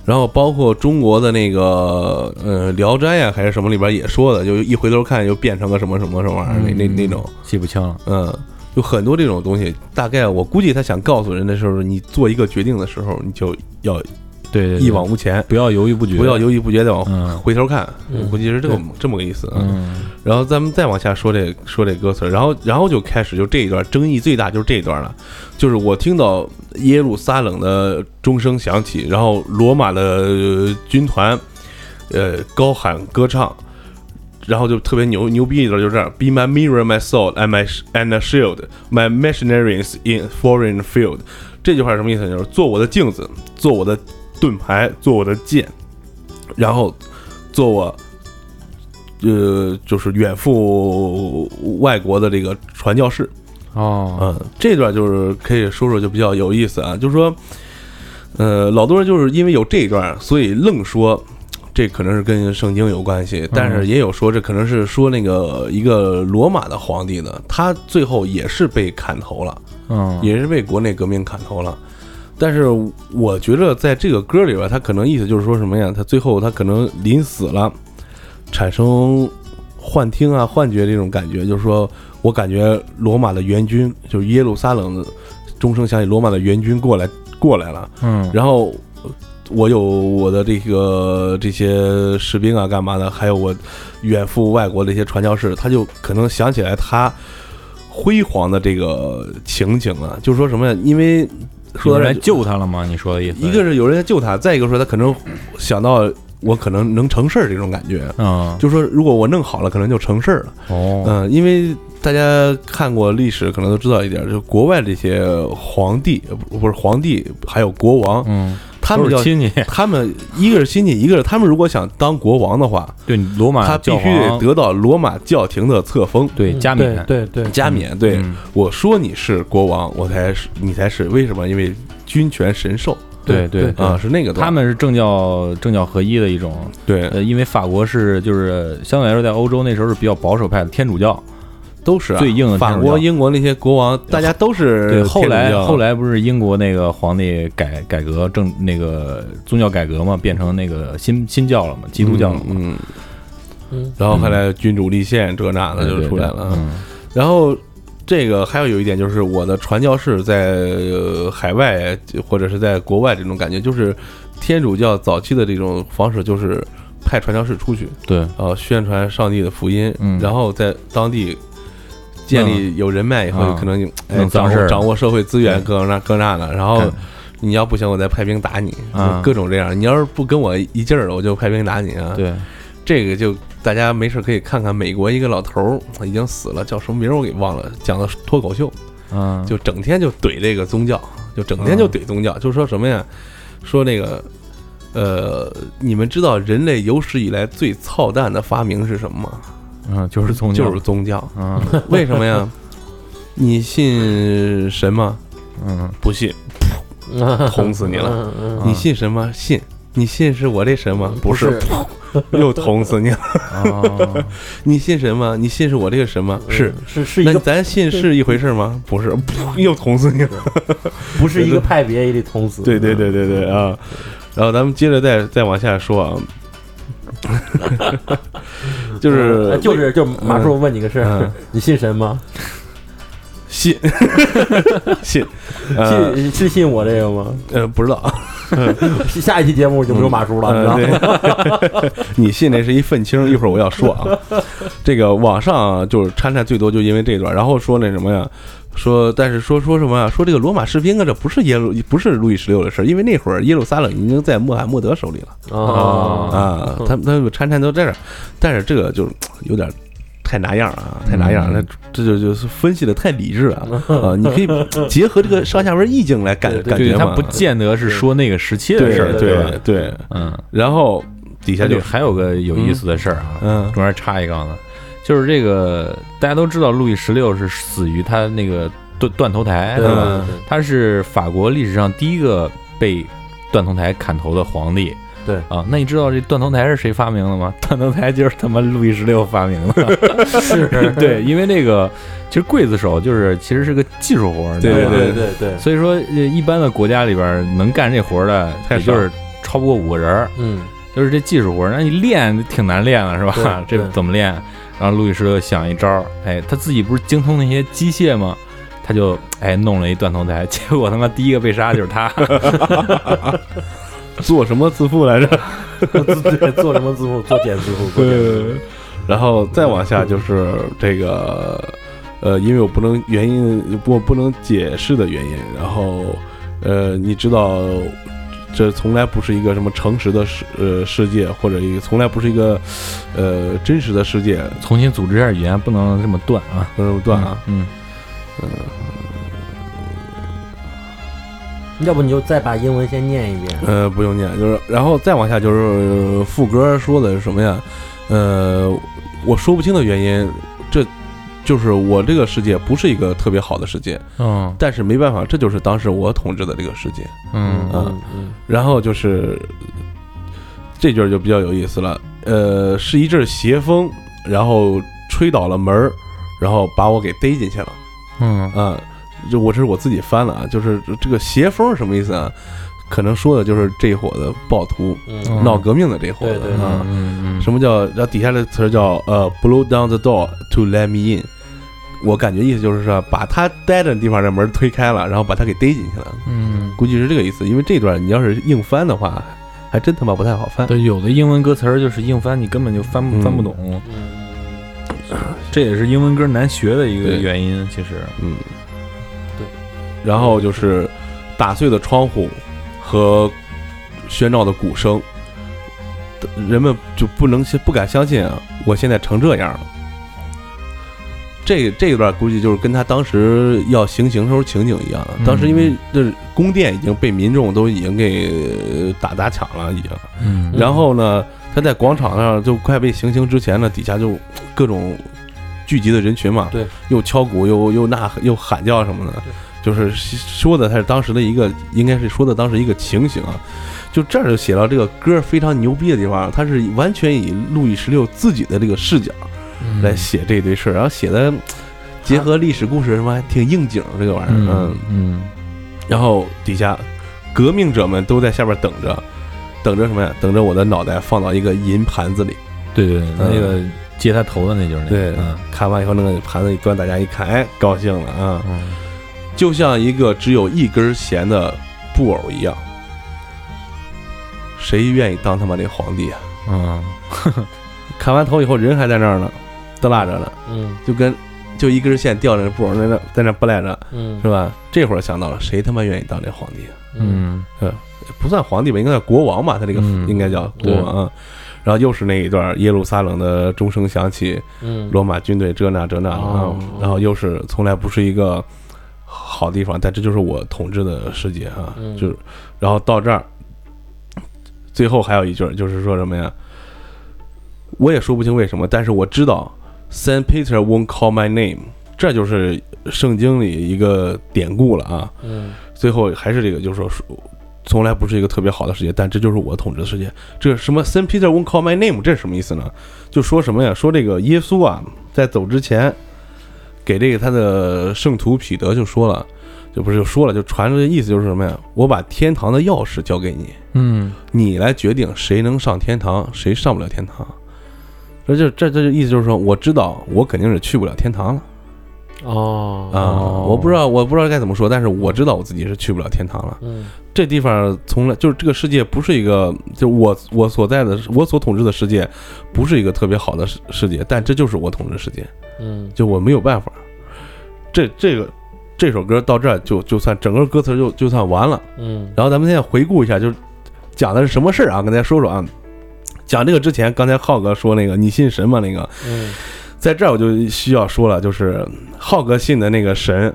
Speaker 4: 然后包括中国的那个呃《聊斋》呀，还是什么里边也说的，就一回头看又变成个什么什么什么玩意儿，那
Speaker 5: 嗯
Speaker 4: 那那种，
Speaker 5: 记不清了，
Speaker 4: 嗯，有很多这种东西。大概我估计他想告诉人的时候，你做一个决定的时候，你就要
Speaker 5: 对对，对
Speaker 4: 一往无前，
Speaker 5: 不要犹豫不决，
Speaker 4: 不要，犹豫不决，再往
Speaker 5: 嗯
Speaker 4: 回头看。我
Speaker 6: 嗯
Speaker 4: 估计是这么这么个意思啊。
Speaker 5: 嗯
Speaker 4: 然后咱们再往下说这说这歌词儿，然后然后就开始就这一段争议最大就是这一段了，就是我听到耶路撒冷的钟声响起，然后罗马的、呃军团，呃高喊歌唱，然后就特别牛牛逼一段就这样，Be my mirror, my soul, and my and a shield, my missionaries in foreign field。这句话是什么意思呢？就是做我的镜子，做我的盾牌，做我的剑，然后做我呃，就是远赴外国的这个传教士。
Speaker 5: 哦，
Speaker 4: 嗯，这段就是可以说说就比较有意思啊，就是说，呃，老多人就是因为有这一段，所以愣说。这可能是跟圣经有关系，但是也有说这可能是说那个一个罗马的皇帝呢，他最后也是被砍头了，
Speaker 5: 嗯，
Speaker 4: 也是被国内革命砍头了。但是我觉得在这个歌里边，他可能意思就是说什么呀？他最后他可能临死了，产生幻听啊、幻觉这种感觉，就是说我感觉罗马的援军，就是耶路撒冷的钟声响起，罗马的援军过来过来了。
Speaker 5: 嗯，
Speaker 4: 然后我有我的这个这些士兵啊，干嘛的，还有我远赴外国的一些传教士，他就可能想起来他辉煌的这个情景啊，就是说什么呀？因为说
Speaker 5: 有
Speaker 4: 到
Speaker 5: 人
Speaker 4: 这儿
Speaker 5: 来救他了吗？你说的意思，
Speaker 4: 一个是有人在救他，再一个说他可能想到我可能能成事儿这种感觉，
Speaker 5: 嗯，
Speaker 4: 就说如果我弄好了，可能就成事儿了。
Speaker 5: 哦，
Speaker 4: 嗯，因为大家看过历史，可能都知道一点，就是国外这些皇帝，呃不不是皇帝，还有国王，
Speaker 5: 嗯，
Speaker 4: 他们
Speaker 5: 都
Speaker 4: 要
Speaker 5: 是亲戚，
Speaker 4: 他们一个是亲戚，一个是他们如果想当国王的话，
Speaker 5: 对，罗马
Speaker 4: 他必
Speaker 5: 啊教
Speaker 4: 须得
Speaker 5: 皇
Speaker 4: 得到罗马教廷的册封。
Speaker 5: 对加冕，
Speaker 6: 对对对，
Speaker 4: 加冕，对、
Speaker 5: 嗯
Speaker 4: 我说你是国王，我才是你才是为什么？因为君权神授
Speaker 5: 对对
Speaker 4: 啊，是那个段
Speaker 5: 他们是政教政教合一的一种，
Speaker 4: 对
Speaker 5: 呃，因为法国是就是相对来说在欧洲那时候是比较保守派的天主教，
Speaker 4: 都是啊
Speaker 5: 最硬的
Speaker 4: 法
Speaker 5: 天主
Speaker 4: 国、
Speaker 5: 教
Speaker 4: 英国那些国王，大家都
Speaker 5: 对，
Speaker 4: 是
Speaker 5: 后
Speaker 4: 呃
Speaker 5: 来
Speaker 4: 天主教
Speaker 5: 后来不是英国那个皇帝改改革政那个宗教改革嘛，变成那个新新教了嘛，基督教了嘛，
Speaker 4: 嗯，嗯
Speaker 6: 嗯
Speaker 4: 然后后来君主立宪这那的就出来了。
Speaker 5: 嗯
Speaker 4: 然后这个还有有一点就是，我的传教士在呃海外或者是在国外这种感觉，就是天主教早期的这种方式，就是派传教士出去，
Speaker 5: 对，
Speaker 4: 然后宣传上帝的福音，
Speaker 5: 嗯
Speaker 4: 然后在当地。建立有人脉以后，
Speaker 5: 啊
Speaker 4: 可能就哎
Speaker 5: 弄
Speaker 4: 掌
Speaker 5: 脏事
Speaker 4: 握
Speaker 5: 儿嗯
Speaker 4: 掌握社会资源，
Speaker 5: 对
Speaker 4: 各那各那的。然后
Speaker 5: 干
Speaker 4: 你要不行，我再派兵打你，
Speaker 5: 啊
Speaker 4: 各种这样。你要是不跟我一劲儿，我就派兵打你啊。
Speaker 5: 对，
Speaker 4: 这个就大家没事可以看看美国一个老头儿已经死了，叫什么名儿我给忘了，讲的脱口秀，
Speaker 5: 嗯，
Speaker 4: 就整天就怼这个宗教，就整天就怼宗教，就说什么呀？说那个，呃，你们知道人类有史以来最操蛋的发明是什么吗？
Speaker 5: 嗯就是宗教，
Speaker 4: 就是宗教。 [laughs]
Speaker 5: 嗯
Speaker 4: 为什么呀？你信神吗？
Speaker 5: 嗯
Speaker 4: 不
Speaker 5: [laughs]
Speaker 4: 信。捅死你 [laughs] 了
Speaker 6: 嗯。嗯
Speaker 4: 你信神吗？信。你信是我这神吗？不是，又捅死你了。
Speaker 5: 哦
Speaker 4: 你信神吗？你信是我这个神吗？是。
Speaker 6: 是是一
Speaker 4: 那
Speaker 6: 个
Speaker 4: 咱信是一回事吗？不是，又捅死你了。
Speaker 6: 不是一个派别也得捅死。
Speaker 4: 对对对对对啊！然后咱们接着再再往下说啊，就
Speaker 6: 呃
Speaker 4: 是
Speaker 6: 就是就是马叔，我问你个事
Speaker 4: 嗯
Speaker 6: 儿，你信神吗？
Speaker 4: 信信呃
Speaker 6: 信是信我这个吗？
Speaker 4: 呃不知道，
Speaker 6: 下一期节目就没有马叔了，你知道吗？
Speaker 4: 嗯对 [laughs] 你信那是一愤
Speaker 6: [laughs]
Speaker 4: 青，一会儿我要说啊。这个网上啊就是掺掺最多就因为这段，然后说那什么呀，说但是说说什么呀，说这个罗马士兵啊，这不是耶路不是路易十六的事儿，因为那会儿耶路撒冷已经在穆罕默德手里了
Speaker 6: 啊，
Speaker 4: 啊，他们他们掺掺都在这儿，但是这个就有点。太拿样儿啊，太拿样儿，那
Speaker 5: 嗯
Speaker 4: 这就就是分析的太理智了啊！你可以结合这个上下文意境来感
Speaker 6: 嗯对对
Speaker 4: 感
Speaker 5: 对
Speaker 4: 觉
Speaker 5: 他
Speaker 4: 嘛
Speaker 5: 不，见得是说那个时期的
Speaker 4: 对
Speaker 5: 事儿，
Speaker 4: 对
Speaker 5: 吧？
Speaker 4: 对。
Speaker 5: 嗯，
Speaker 4: 然后底下
Speaker 5: 下
Speaker 4: 就
Speaker 5: 就还有个有意思的事儿啊，
Speaker 4: 嗯
Speaker 5: 中间插一杠子，就是这个大家都知道，路易十六是死于他那个断断头台，
Speaker 6: 对
Speaker 5: 是吧？
Speaker 6: 吧？
Speaker 5: 他是法国历史上第一个被断头台砍头的皇帝。
Speaker 6: 对
Speaker 5: 啊，那你知道这断头台是谁发明的吗？ [laughs] 断头台就是他妈路易十六发明的。
Speaker 4: [laughs]
Speaker 6: 是，
Speaker 5: [laughs] 对，因为那个其实刽子手就是其实是个技术活儿，你知道
Speaker 6: 对
Speaker 5: 吧
Speaker 6: 对对对，
Speaker 5: 所以说呃一般的国家里边儿能干这活儿的，
Speaker 4: 太
Speaker 5: 也
Speaker 4: 少
Speaker 5: 就是超不过五个人儿。
Speaker 6: 嗯，
Speaker 5: 就是这技术活儿，那你练挺难练的，是吧？
Speaker 6: 对
Speaker 5: [laughs] 这
Speaker 6: 对
Speaker 5: 怎么练？然后路易十六想一招儿，哎，他自己不是精通那些机械吗？他就哎弄了一断头台，结果他妈第一个被杀就是他， [laughs]
Speaker 4: 做什么自负来着？
Speaker 6: 对，做什么字幕？做减字幕，做减字幕。
Speaker 4: 然后再往下就是这个，呃，因为我不能原因，我不能解释的原因。然后，呃，你知道，这从来不是一个什么诚实的世呃世界，或者一个从来不是一个呃真实的世界。
Speaker 5: 重新组织一下语言，不能这么断啊，
Speaker 4: 不是断啊，
Speaker 5: 嗯，
Speaker 6: 要不你就再把英文先念一遍。
Speaker 4: 呃，不用念，就是然后再往下就是、呃副歌说的是什么呀？呃，我说不清的原因，这就是我这个世界不是一个特别好的世界。
Speaker 5: 嗯
Speaker 4: 但是没办法，这就是当时我统治的这个世界。
Speaker 5: 嗯嗯
Speaker 6: 嗯嗯
Speaker 4: 然后就是这句儿就比较有意思了，呃，是一阵邪风，然后吹倒了门儿，然后把我给逮进去了
Speaker 5: 嗯
Speaker 4: 啊。这我这是我自己翻了啊，就是这个邪风是什么意思啊？可能说的就是这伙子暴徒
Speaker 6: 嗯
Speaker 4: 闹革命的这伙子
Speaker 6: 对对
Speaker 4: 啊。
Speaker 5: 嗯嗯，
Speaker 4: 什么叫？然后底下的词儿叫呃，blow down the door to let me in。我感觉意思就是说，把他待着的地方的门推开了，然后把他给逮进去了。
Speaker 5: 嗯，
Speaker 4: 估计是这个意思。因为这段你要是硬翻的话，还真他妈不太好翻。
Speaker 5: 对，有的英文歌词儿就是硬翻，你根本就翻不
Speaker 4: 嗯
Speaker 5: 翻不懂，嗯这也是英文歌难学的一个
Speaker 4: 对
Speaker 5: 原因，其实，
Speaker 4: 然后就是打碎的窗户和喧闹的鼓声，人们就不能不敢相信啊，我现在成这样了。这这一段估计就是跟他当时要行刑时候情景一样，
Speaker 5: 嗯
Speaker 4: 当时因为这宫殿已经被民众都已经给呃打砸抢了，已经。
Speaker 5: 嗯
Speaker 4: 然后呢，他在广场上就快被行刑之前呢，底下就各种聚集的人群嘛，
Speaker 6: 对，
Speaker 4: 又敲鼓，又又呐喊，又喊叫什么的，就是说的他是当时的一个，应该是说的当时一个情形啊。就这儿就写到这个歌非常牛逼的地方，他
Speaker 5: 嗯
Speaker 4: 是完全以路易十六自己的这个视角来写这一堆事儿，然后写的结合历史故事什么，还挺应景儿这个玩意儿。嗯
Speaker 5: 嗯，嗯，
Speaker 4: 然后底下革命者们都在下边等着，等着什么呀？等着我的脑袋放到一个银盘子里。
Speaker 5: 对对，对那个接他头的那就是那
Speaker 4: 嗯对
Speaker 5: 个，嗯，
Speaker 4: 看完以后，那个盘子一端，大家一看，哎，高兴了啊！
Speaker 5: 嗯
Speaker 4: 就像一个只有一根弦的布偶一样。谁愿意当他妈这皇帝啊？
Speaker 5: 嗯，
Speaker 4: 砍完头以后，人还在那儿呢，耷拉着呢，
Speaker 6: 嗯
Speaker 4: 就跟就一根线吊着那布偶在那在那不赖着，
Speaker 6: 嗯
Speaker 4: 是吧？这会儿想到了，谁他妈愿意当这皇帝啊？
Speaker 5: 嗯，
Speaker 4: 不算皇帝吧，应该叫国王吧？他这个
Speaker 5: 嗯
Speaker 4: 应该叫国王啊。然后又是那一段耶路撒冷的钟声响起，
Speaker 6: 嗯
Speaker 4: 罗马军队这那这那的啊
Speaker 6: 哦，
Speaker 4: 然后又是从来不是一个好地方，但这就是我统治的世界啊，
Speaker 6: 嗯
Speaker 4: 就是，然后到这儿，最后还有一句儿就是说什么呀？我也说不清为什么，但是我知道 Saint Peter won't call my name，这就是圣经里一个典故了啊。
Speaker 6: 嗯
Speaker 4: 最后还是这个，就是说，从来不是一个特别好的世界，但这就是我统治的世界。这什么 Saint Peter won't call my name，这是什么意思呢？就说什么呀？说这个耶稣啊，在走之前，给这个他的圣徒彼得就说了，就不是就说了，就传的意思就是什么呀？我把天堂的钥匙交给你，
Speaker 5: 嗯，
Speaker 4: 你来决定谁能上天堂，谁上不了天堂。这就这这就意思就是说，我知道我肯定是去不了天堂了
Speaker 6: 哦
Speaker 4: 啊！我不知道我不知道该怎么说，但是我知道我自己是去不了天堂了。
Speaker 6: 嗯
Speaker 4: 这地方从来就是这个世界不是一个，就我我所在的我所统治的世界，不是一个特别好的世世界，但这就是我统治的世界，
Speaker 6: 嗯
Speaker 4: 就我没有办法。这这个这首歌到这儿就就算整个歌词就就算完了。
Speaker 6: 嗯
Speaker 4: 然后咱们现在回顾一下，就是讲的是什么事儿啊？跟大家说说啊。讲这个之前，刚才浩哥说那个你信神吗？那个
Speaker 6: 嗯
Speaker 4: 在这儿我就需要说了，就是浩哥信的那个神，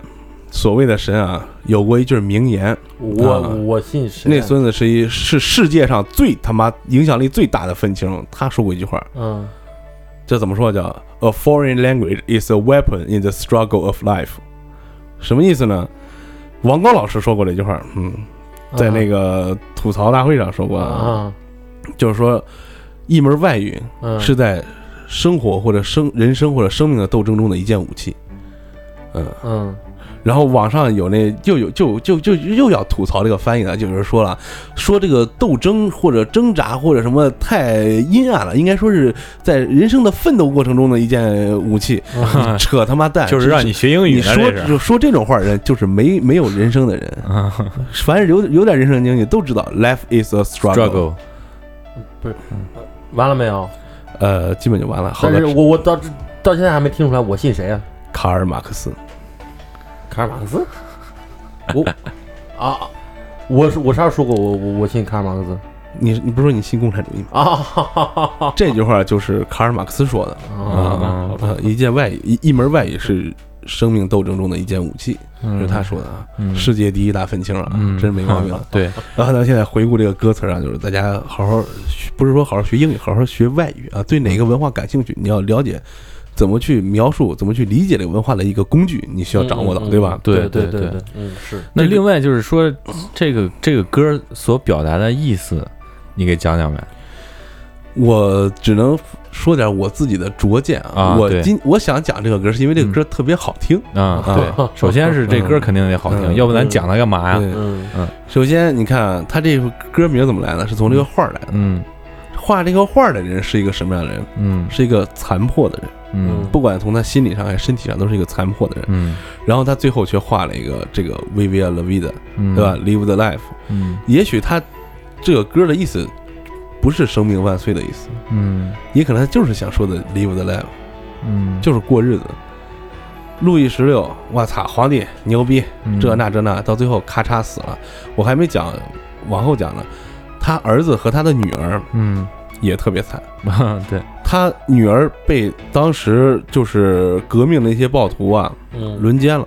Speaker 4: 所谓的神啊，有过一句名言，
Speaker 6: 我
Speaker 4: 啊
Speaker 6: 我信谁
Speaker 4: 那孙子是一是世界上最他妈影响力最大的愤青，他说过一句话，
Speaker 6: 嗯
Speaker 4: 这怎么说叫 “A foreign language is a weapon in the struggle of life”，什么意思呢？王刚老师说过这句话，嗯，在那个吐槽大会上说过，
Speaker 6: 啊
Speaker 4: 就是说一门外语
Speaker 6: 嗯
Speaker 4: 是在生活或者生人生或者生命的斗争中的一件武器，嗯。
Speaker 6: 嗯
Speaker 4: 然后网上有那就有就就就又要吐槽这个翻译了，就有人说了，说这个斗争或者挣扎或者什么太阴暗了，应该说是在人生的奋斗过程中的一件武器。 [laughs] 扯他妈蛋，
Speaker 5: [laughs] 就是让你学英语
Speaker 4: 嗯你
Speaker 5: 呢，
Speaker 4: 说
Speaker 5: 这是。
Speaker 4: 就说这种话的人，就是没没有人生的人。
Speaker 5: 啊
Speaker 4: 凡是有有点人生经历，都知道 life is a struggle。
Speaker 5: ，struggle，
Speaker 6: 完了没有？
Speaker 4: 呃，基本就完了。好
Speaker 6: 但
Speaker 4: 的
Speaker 6: 是，我我到到现在还没听出来我信谁啊？
Speaker 4: 卡尔马克思，
Speaker 6: 卡尔马克思？
Speaker 4: [laughs]
Speaker 6: 我啊，我是我啥时候说过我我我信卡尔马克思
Speaker 4: 你你不是说你信共产主义吗？
Speaker 6: 啊？哈哈 [laughs] 哈
Speaker 4: 这句话就是卡尔马克思说的。
Speaker 6: 啊
Speaker 5: 嗯
Speaker 4: 啊，一件外语，一一门外语是生命斗争中的一件武器，这是他说的啊，
Speaker 5: 嗯
Speaker 4: 世界第一大愤青啊，
Speaker 5: 嗯
Speaker 4: 真没毛病。
Speaker 5: [laughs] 对，
Speaker 4: 然后咱现在回顾这个歌词啊，就是大家好好学，不是说好好学英语，好好学外语啊，对哪个文化感兴趣，你要了解。怎么去描述，怎么去理解这个文化的一个工具，你需要掌握到，
Speaker 6: 嗯嗯嗯
Speaker 4: 对吧？
Speaker 5: 对
Speaker 6: 对
Speaker 5: 对
Speaker 6: 对，嗯是
Speaker 5: 那
Speaker 4: 这个
Speaker 5: 另外就是说，这个这个歌所表达的意思，你给讲讲呗。
Speaker 4: 我只能说点我自己的拙见啊。
Speaker 5: 啊
Speaker 4: 我
Speaker 5: 对
Speaker 4: 今我想讲这个歌，是因为
Speaker 6: 嗯
Speaker 4: 这个歌特别好听。
Speaker 5: 啊，对，首先是这歌肯定得好听，
Speaker 4: 嗯
Speaker 5: 要不咱讲它干嘛呀？
Speaker 4: 对，
Speaker 6: 嗯
Speaker 4: 首先你看啊它这首歌名怎么来呢？是从这个画儿来的。
Speaker 5: 嗯
Speaker 4: 画这个画的人是一个什么样的人？
Speaker 5: 嗯
Speaker 4: 是一个残破的人，
Speaker 5: 嗯
Speaker 4: 不管从他心理上还是身体上，都是一个残破的人。
Speaker 5: 嗯
Speaker 4: 然后他最后却画了一个这个 Viva la vida，
Speaker 5: 嗯，
Speaker 4: 对吧、？l i v e the life。
Speaker 5: 嗯
Speaker 4: 也许他这个歌的意思不是“生命万岁”的意思，
Speaker 5: 嗯
Speaker 4: 也可能他就是想说的 “live the life”，
Speaker 5: 嗯，
Speaker 4: 就是过日子。路易十六，我操，皇帝牛逼，
Speaker 5: 嗯
Speaker 4: 这那这那，到最后咔嚓死了。我还没讲，往后讲呢。他儿子和他的女儿
Speaker 5: 嗯，
Speaker 4: 也特别惨。
Speaker 5: [laughs] 对，
Speaker 4: 他女儿被当时就是革命的一些暴徒啊
Speaker 6: 嗯
Speaker 4: 轮奸了，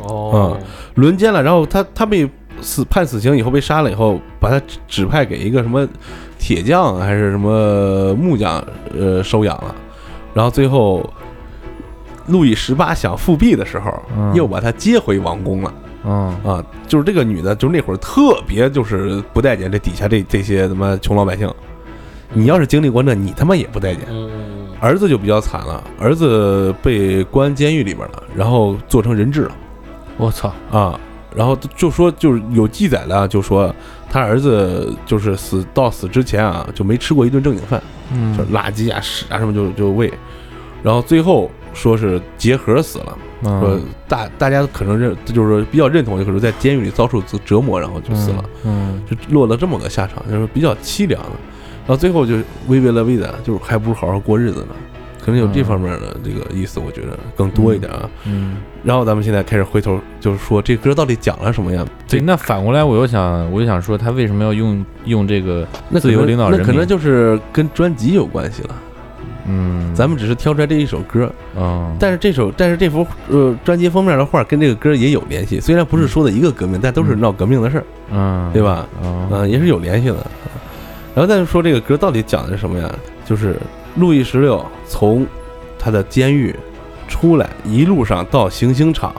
Speaker 4: 啊
Speaker 6: 哦
Speaker 4: 轮奸了，然后他他被死判死刑以后被杀了以后，把他指指派给一个什么铁匠还是什么木匠呃收养了，然后最后路易十八想复辟的时候，
Speaker 5: 嗯
Speaker 4: 又把他接回王宫了
Speaker 5: 嗯
Speaker 4: 啊，就是这个女的，就是那会儿特别就是不待见这底下这这些他妈穷老百姓，你要是经历过那，你他妈也不待见。
Speaker 6: 嗯
Speaker 4: 儿子就比较惨了，儿子被关监狱里边了，然后做成人质了。
Speaker 5: 我操，
Speaker 4: 啊，然后就就说就是有记载的啊，就说他儿子就是死到死之前啊，就没吃过一顿正经饭，
Speaker 5: 嗯
Speaker 4: 就是垃圾啊、屎啊什么就就喂，然后最后说是结核死了，说
Speaker 5: 嗯
Speaker 4: 大大家可能认就是比较认同，就是在监狱里遭受折折磨，然后就死了，，
Speaker 5: 嗯，
Speaker 4: 就落了这么个下场，就是比较凄凉的。然后最后就威威了威的，就是还不如好好过日子呢，可能有这
Speaker 5: 嗯
Speaker 4: 方面的这个意思，我觉得更多一点啊。
Speaker 5: 嗯，
Speaker 4: 然后咱们现在开始回头，就是说这歌到底讲了什么呀？
Speaker 5: 对，那反过来我又想，我就想说，他为什么要用用这个？
Speaker 4: 那
Speaker 5: 自由领导人
Speaker 4: 那可能
Speaker 5: 民
Speaker 4: 就是跟专辑有关系了。
Speaker 5: 嗯，
Speaker 4: 咱们只是挑出来这一首歌，
Speaker 5: 嗯，
Speaker 4: 但是这首但是这幅呃专辑封面的画跟这个歌也有联系，虽然不是说的一个革命，但都是闹革命的事儿，
Speaker 5: 嗯，
Speaker 4: 对？吧？
Speaker 5: 嗯
Speaker 4: 嗯、也是有联系的。然后再说这个歌到底讲的是什么呀？就是路易十六从他的监狱出来，一路上到行刑场，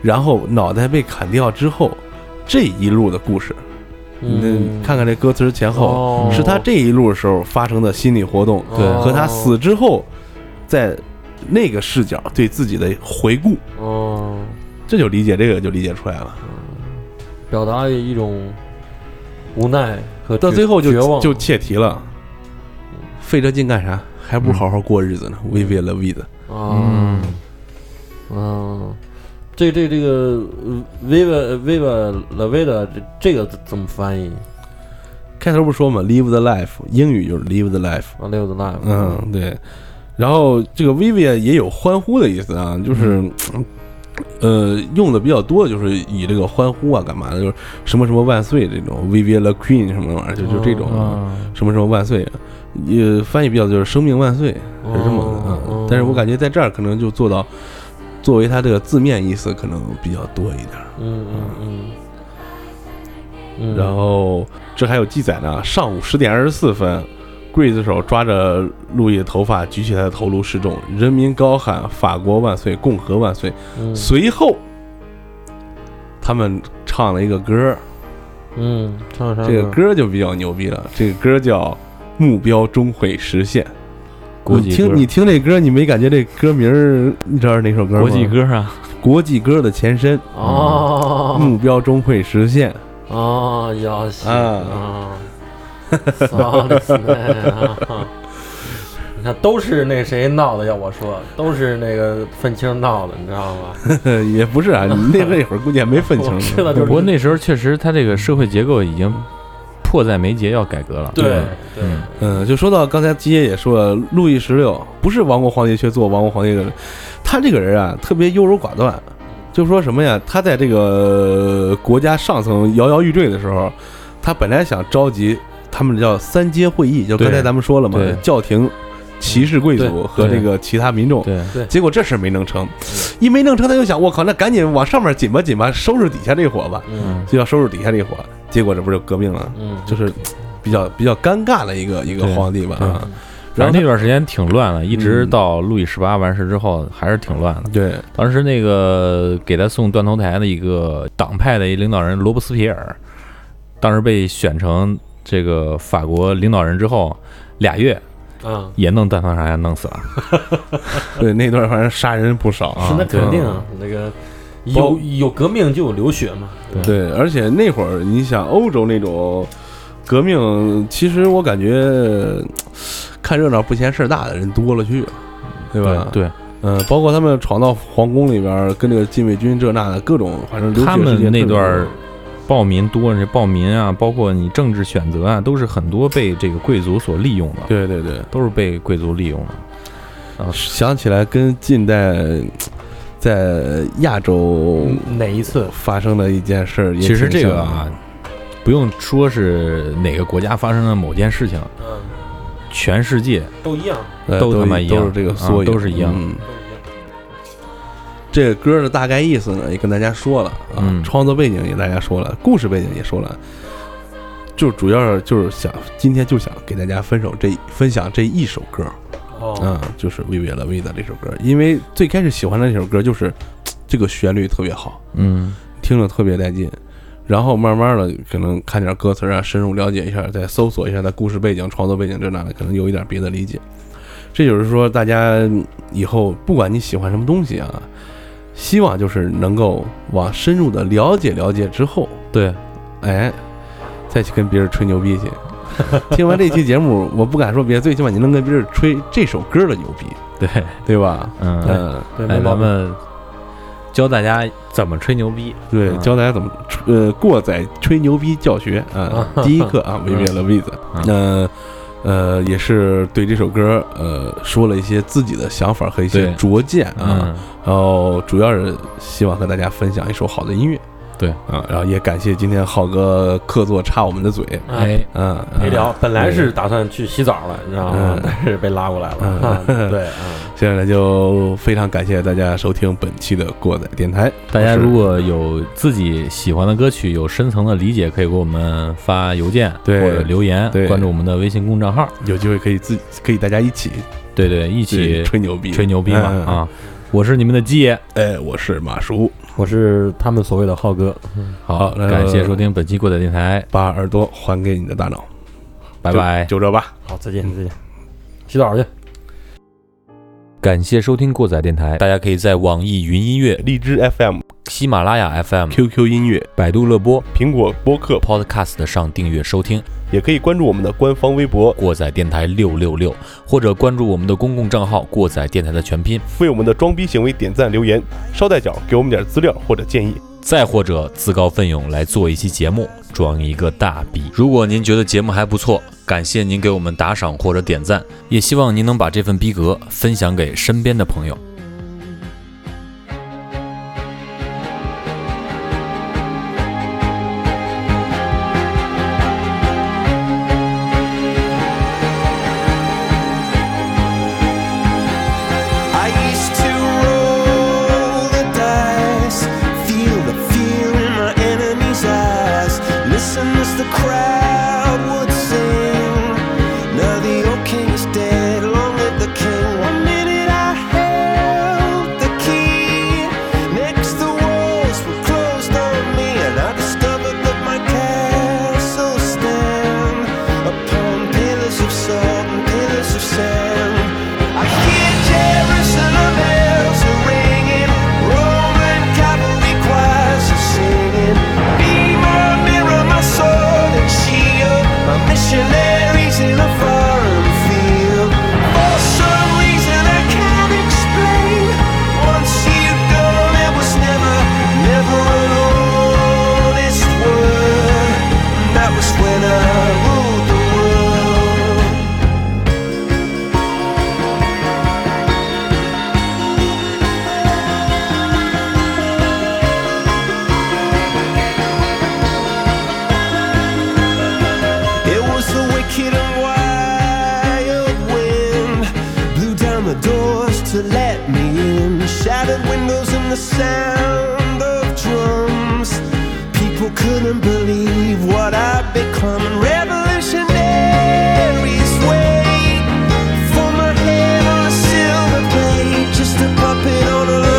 Speaker 4: 然后脑袋被砍掉之后，这一路的故事。
Speaker 6: 嗯，
Speaker 4: 那看看这歌词前后，
Speaker 6: 哦
Speaker 4: 是他这一路的时候发生的心理活动，
Speaker 6: 哦
Speaker 5: 对
Speaker 4: 和他死之后，在那个视角对自己的回顾，
Speaker 6: 哦，
Speaker 4: 这就理解这个就理解出来了。
Speaker 6: 表达一种无奈和
Speaker 4: 到
Speaker 6: 绝
Speaker 4: 最后
Speaker 6: 绝望
Speaker 4: 就就切题了，嗯费这劲干啥？还不如好好过日子呢，we will live it。
Speaker 6: 啊啊，这这这个 viva viva la vida 这这个怎么翻译
Speaker 4: 开头不说嘛，live the life，英语就是 live the life。
Speaker 6: 啊？live the life，
Speaker 4: 嗯，对。然后这个 Vivi 也有欢呼的意思啊，就是。呃，用的比较多的就是以这个欢呼啊，干嘛的，就是什么什么万岁这种，Vivi la Queen 什么玩意儿，就就这种、
Speaker 5: 嗯
Speaker 4: 什么什么万岁，也翻译比较就是生命万岁，是这么
Speaker 5: 哦
Speaker 6: 哦
Speaker 4: 的、嗯但是我感觉在这儿可能就做到，作为它这个字面意思可能比较多一点。
Speaker 6: 嗯嗯嗯嗯，
Speaker 4: 然后这还有记载呢，上午十点二十四分，刽子手抓着路易的头发，举起他的头颅示众，人民高喊“法国万岁，共和万岁”。
Speaker 6: 嗯
Speaker 4: 随后，他们唱了一个歌，
Speaker 6: 嗯，唱啥
Speaker 4: 这个歌就比较牛逼了，这个歌叫《目标终会实现》。
Speaker 5: 国
Speaker 4: 你
Speaker 5: 际
Speaker 4: 听
Speaker 5: 歌
Speaker 4: 你听这歌，你没感觉这歌名儿？你知道是哪首歌吗？
Speaker 5: 国际歌啊，
Speaker 4: 国际歌的前身，
Speaker 6: 哦
Speaker 4: 目标终会实现。 [laughs]
Speaker 6: 哦要死
Speaker 4: 嗯啊
Speaker 6: 啊！操你啊！你看，都是那谁闹的，要我说，都是那个愤青闹的，你知道吗？
Speaker 4: 也不是
Speaker 6: [laughs]
Speaker 4: 啊，你那那会儿估计还没分清
Speaker 6: 我
Speaker 4: 楚
Speaker 6: 知。道，就
Speaker 5: 不
Speaker 6: 是
Speaker 5: 过那时候确实他这个社会结构已经迫在眉睫，要改革了。
Speaker 6: 对对，
Speaker 5: 嗯
Speaker 4: 嗯，就说到刚才基爷也说了，路易十六不是亡国皇帝，却做亡国皇帝的人。他这个人啊，特别优柔寡断。就说什么呀？他在这个国家上层摇摇欲坠的时候，他本来想召集他们叫三阶会议，就刚才
Speaker 5: 对
Speaker 4: 咱们说了嘛
Speaker 5: 对，
Speaker 4: 教廷、骑士贵族
Speaker 6: 对
Speaker 4: 和这个其他民众。
Speaker 5: 对，
Speaker 4: 结果这事儿没弄成，一没弄成，他就想，我靠，那赶紧往上面紧吧紧吧，收拾底下这伙吧，
Speaker 6: 嗯
Speaker 4: 就要收拾底下这伙。结果这不是就革命了，
Speaker 6: 嗯，
Speaker 4: 就是比较比较尴尬的一个一个
Speaker 5: 对
Speaker 4: 皇帝吧。
Speaker 5: 对
Speaker 4: 啊
Speaker 5: 反
Speaker 4: 然
Speaker 5: 正
Speaker 4: 后
Speaker 5: 那段时间挺乱的，一直
Speaker 4: 嗯
Speaker 5: 到路易十八完事之后，还是挺乱的。
Speaker 4: 对，
Speaker 5: 当时那个给他送断头台的一个党派的一领导人罗伯斯皮尔，当时被选成这个法国领导人之后，俩月
Speaker 6: 啊，
Speaker 5: 也弄断头台，弄死了。
Speaker 4: [laughs] 对，那段反正杀人不少啊。
Speaker 6: 是那
Speaker 5: 对
Speaker 6: 肯定啊，那个
Speaker 4: 包
Speaker 6: 有有革命就有流血嘛，
Speaker 4: 对，而且那会儿你想欧洲那种革命，其实我感觉呃看热闹不嫌事儿大的人多了去了，对吧？
Speaker 5: 对，
Speaker 4: 嗯、包括他们闯到皇宫里边儿，跟这个禁卫军这那的各种，反正流血
Speaker 5: 他
Speaker 4: 事件
Speaker 5: 们那
Speaker 4: 特别
Speaker 5: 段
Speaker 4: 多
Speaker 5: 儿暴民多，这暴民啊，包括你政治选择啊，都是很多被这个贵族所利用的，
Speaker 4: 对对对，
Speaker 5: 都是被贵族利用的。
Speaker 4: 想起来跟近代在亚洲
Speaker 6: 嗯哪一次？
Speaker 4: 发生的一件事儿也
Speaker 5: 其实
Speaker 4: 挺
Speaker 5: 这个
Speaker 4: 像
Speaker 5: 啊，不用说是哪个国家发生了某件事情，
Speaker 6: 嗯，
Speaker 5: 全世界
Speaker 6: 都一样，
Speaker 4: 呃
Speaker 5: 都他妈一样
Speaker 4: 都是这个
Speaker 5: 啊
Speaker 4: 缩影，
Speaker 5: 都是一样
Speaker 4: 嗯
Speaker 6: 都一样。
Speaker 4: 这个歌的大概意思呢，也跟大家说了啊，
Speaker 5: 嗯
Speaker 4: 创作背景也大家说了，故事背景也说了，就主要就是想今天就想给大家分手这分享这一首歌，
Speaker 6: 哦，
Speaker 4: 啊，就是《薇薇了薇的》这首歌，因为最开始喜欢的这首歌就是嘖这个旋律特别好，
Speaker 5: 嗯，
Speaker 4: 听着特别带劲。然后慢慢的，可能看点歌词啊，深入了解一下，再搜索一下它故事背景、创作背景这那的，可能有一点别的理解。这就是说，大家以后不管你喜欢什么东西啊，希望就是能够往深入的了解了解之后，
Speaker 5: 对，
Speaker 4: 哎，再去跟别人吹牛逼去。听完这期节目，我不敢说别的，最起码你能跟别人吹这首歌的牛逼，
Speaker 5: 对，
Speaker 4: 对吧？
Speaker 5: 嗯，
Speaker 4: 嗯，
Speaker 6: 对，
Speaker 5: 哎，
Speaker 6: 没毛
Speaker 5: 咱
Speaker 6: 病。
Speaker 5: 们教大家怎么吹牛逼，
Speaker 4: 对，
Speaker 5: 嗯
Speaker 4: 教大家怎么吹呃过载吹牛逼教学啊，第一课
Speaker 5: [laughs]
Speaker 4: 啊，违约了 v i z
Speaker 5: 嗯
Speaker 4: 那呃也是对这首歌呃说了一些自己的想法和一些
Speaker 5: 对
Speaker 4: 拙见啊，
Speaker 5: 嗯，
Speaker 4: 然后主要是希望和大家分享一首好的音乐，
Speaker 5: 对
Speaker 4: 啊，然后也感谢今天浩哥客座插我们的嘴，
Speaker 6: 哎，
Speaker 5: 哎，
Speaker 4: 嗯，啊
Speaker 6: 没聊，本来是打算去洗澡了，你知道吗
Speaker 4: 嗯？
Speaker 6: 但是被拉过来了。啊
Speaker 4: 嗯
Speaker 6: [laughs] 对，
Speaker 4: 现在呢就非常感谢大家收听本期的过载电台，
Speaker 5: 大
Speaker 4: 我
Speaker 5: 家
Speaker 4: 是
Speaker 5: 如果有自己喜欢的歌曲，有深层的理解，可以给我们发邮件
Speaker 4: 对
Speaker 5: 或者留言
Speaker 4: 对，
Speaker 5: 关注我们的微信公众号，
Speaker 4: 有机会可以自己可以大家一起
Speaker 5: 对对，一
Speaker 4: 自己
Speaker 5: 起
Speaker 4: 吹牛逼，
Speaker 5: 吹牛逼嘛
Speaker 4: 嗯，
Speaker 5: 啊！我是你们的鸡爷，
Speaker 4: 哎，我是马叔。
Speaker 6: 我是他们所谓的浩哥，
Speaker 5: 好，
Speaker 4: 好那
Speaker 5: 感谢收听本期过载电台，
Speaker 4: 把耳朵还给你的大脑。
Speaker 5: 拜拜。
Speaker 4: 就这吧。
Speaker 6: 好，再见，再见，洗澡去。
Speaker 5: 感谢收听过载电台，大家可以在网易云音乐、
Speaker 4: 荔枝 FM、
Speaker 5: 喜马拉雅 FM、
Speaker 4: QQ 音乐、
Speaker 5: 百度乐播、
Speaker 4: 苹果播客，
Speaker 5: Podcast 上订阅收听
Speaker 4: 也可以关注我们的官方微博，
Speaker 5: 过载电台六六六，或者关注我们的公共账号“过载电台”的全拼，
Speaker 4: 为我们的装逼行为点赞留言，捎带脚给我们点资料或者建议。
Speaker 5: 再或者自告奋勇来做一期节目，装一个大逼。如果您觉得节目还不错，感谢您给我们打赏或者点赞，也希望您能把这份逼格分享给身边的朋友。
Speaker 7: I used to roll the dice, feel the fear in my enemy's eyes, listen as the crowd would sing. Now the old king is dead, long live the king. One minute I held the key, next the walls were closed on me, and I discovered that my castle stand upon pillars of salt and pillars of sand. I hear Jerusalem bells are ringing, Roman cavalry choirs are singing. Be my mirror, my sword and shield, my missionaries in a foreign field. For some reason I can't explain, once you've gone, there was never, never an honest word. And that was when I ruled the world. It was the wicked and wild wind blew down the doors to let me in. Shattered windows and the sound of drums. People couldn't believe what I'd become. And Revolutionaries wait for my head on a silver plate, just a puppet on a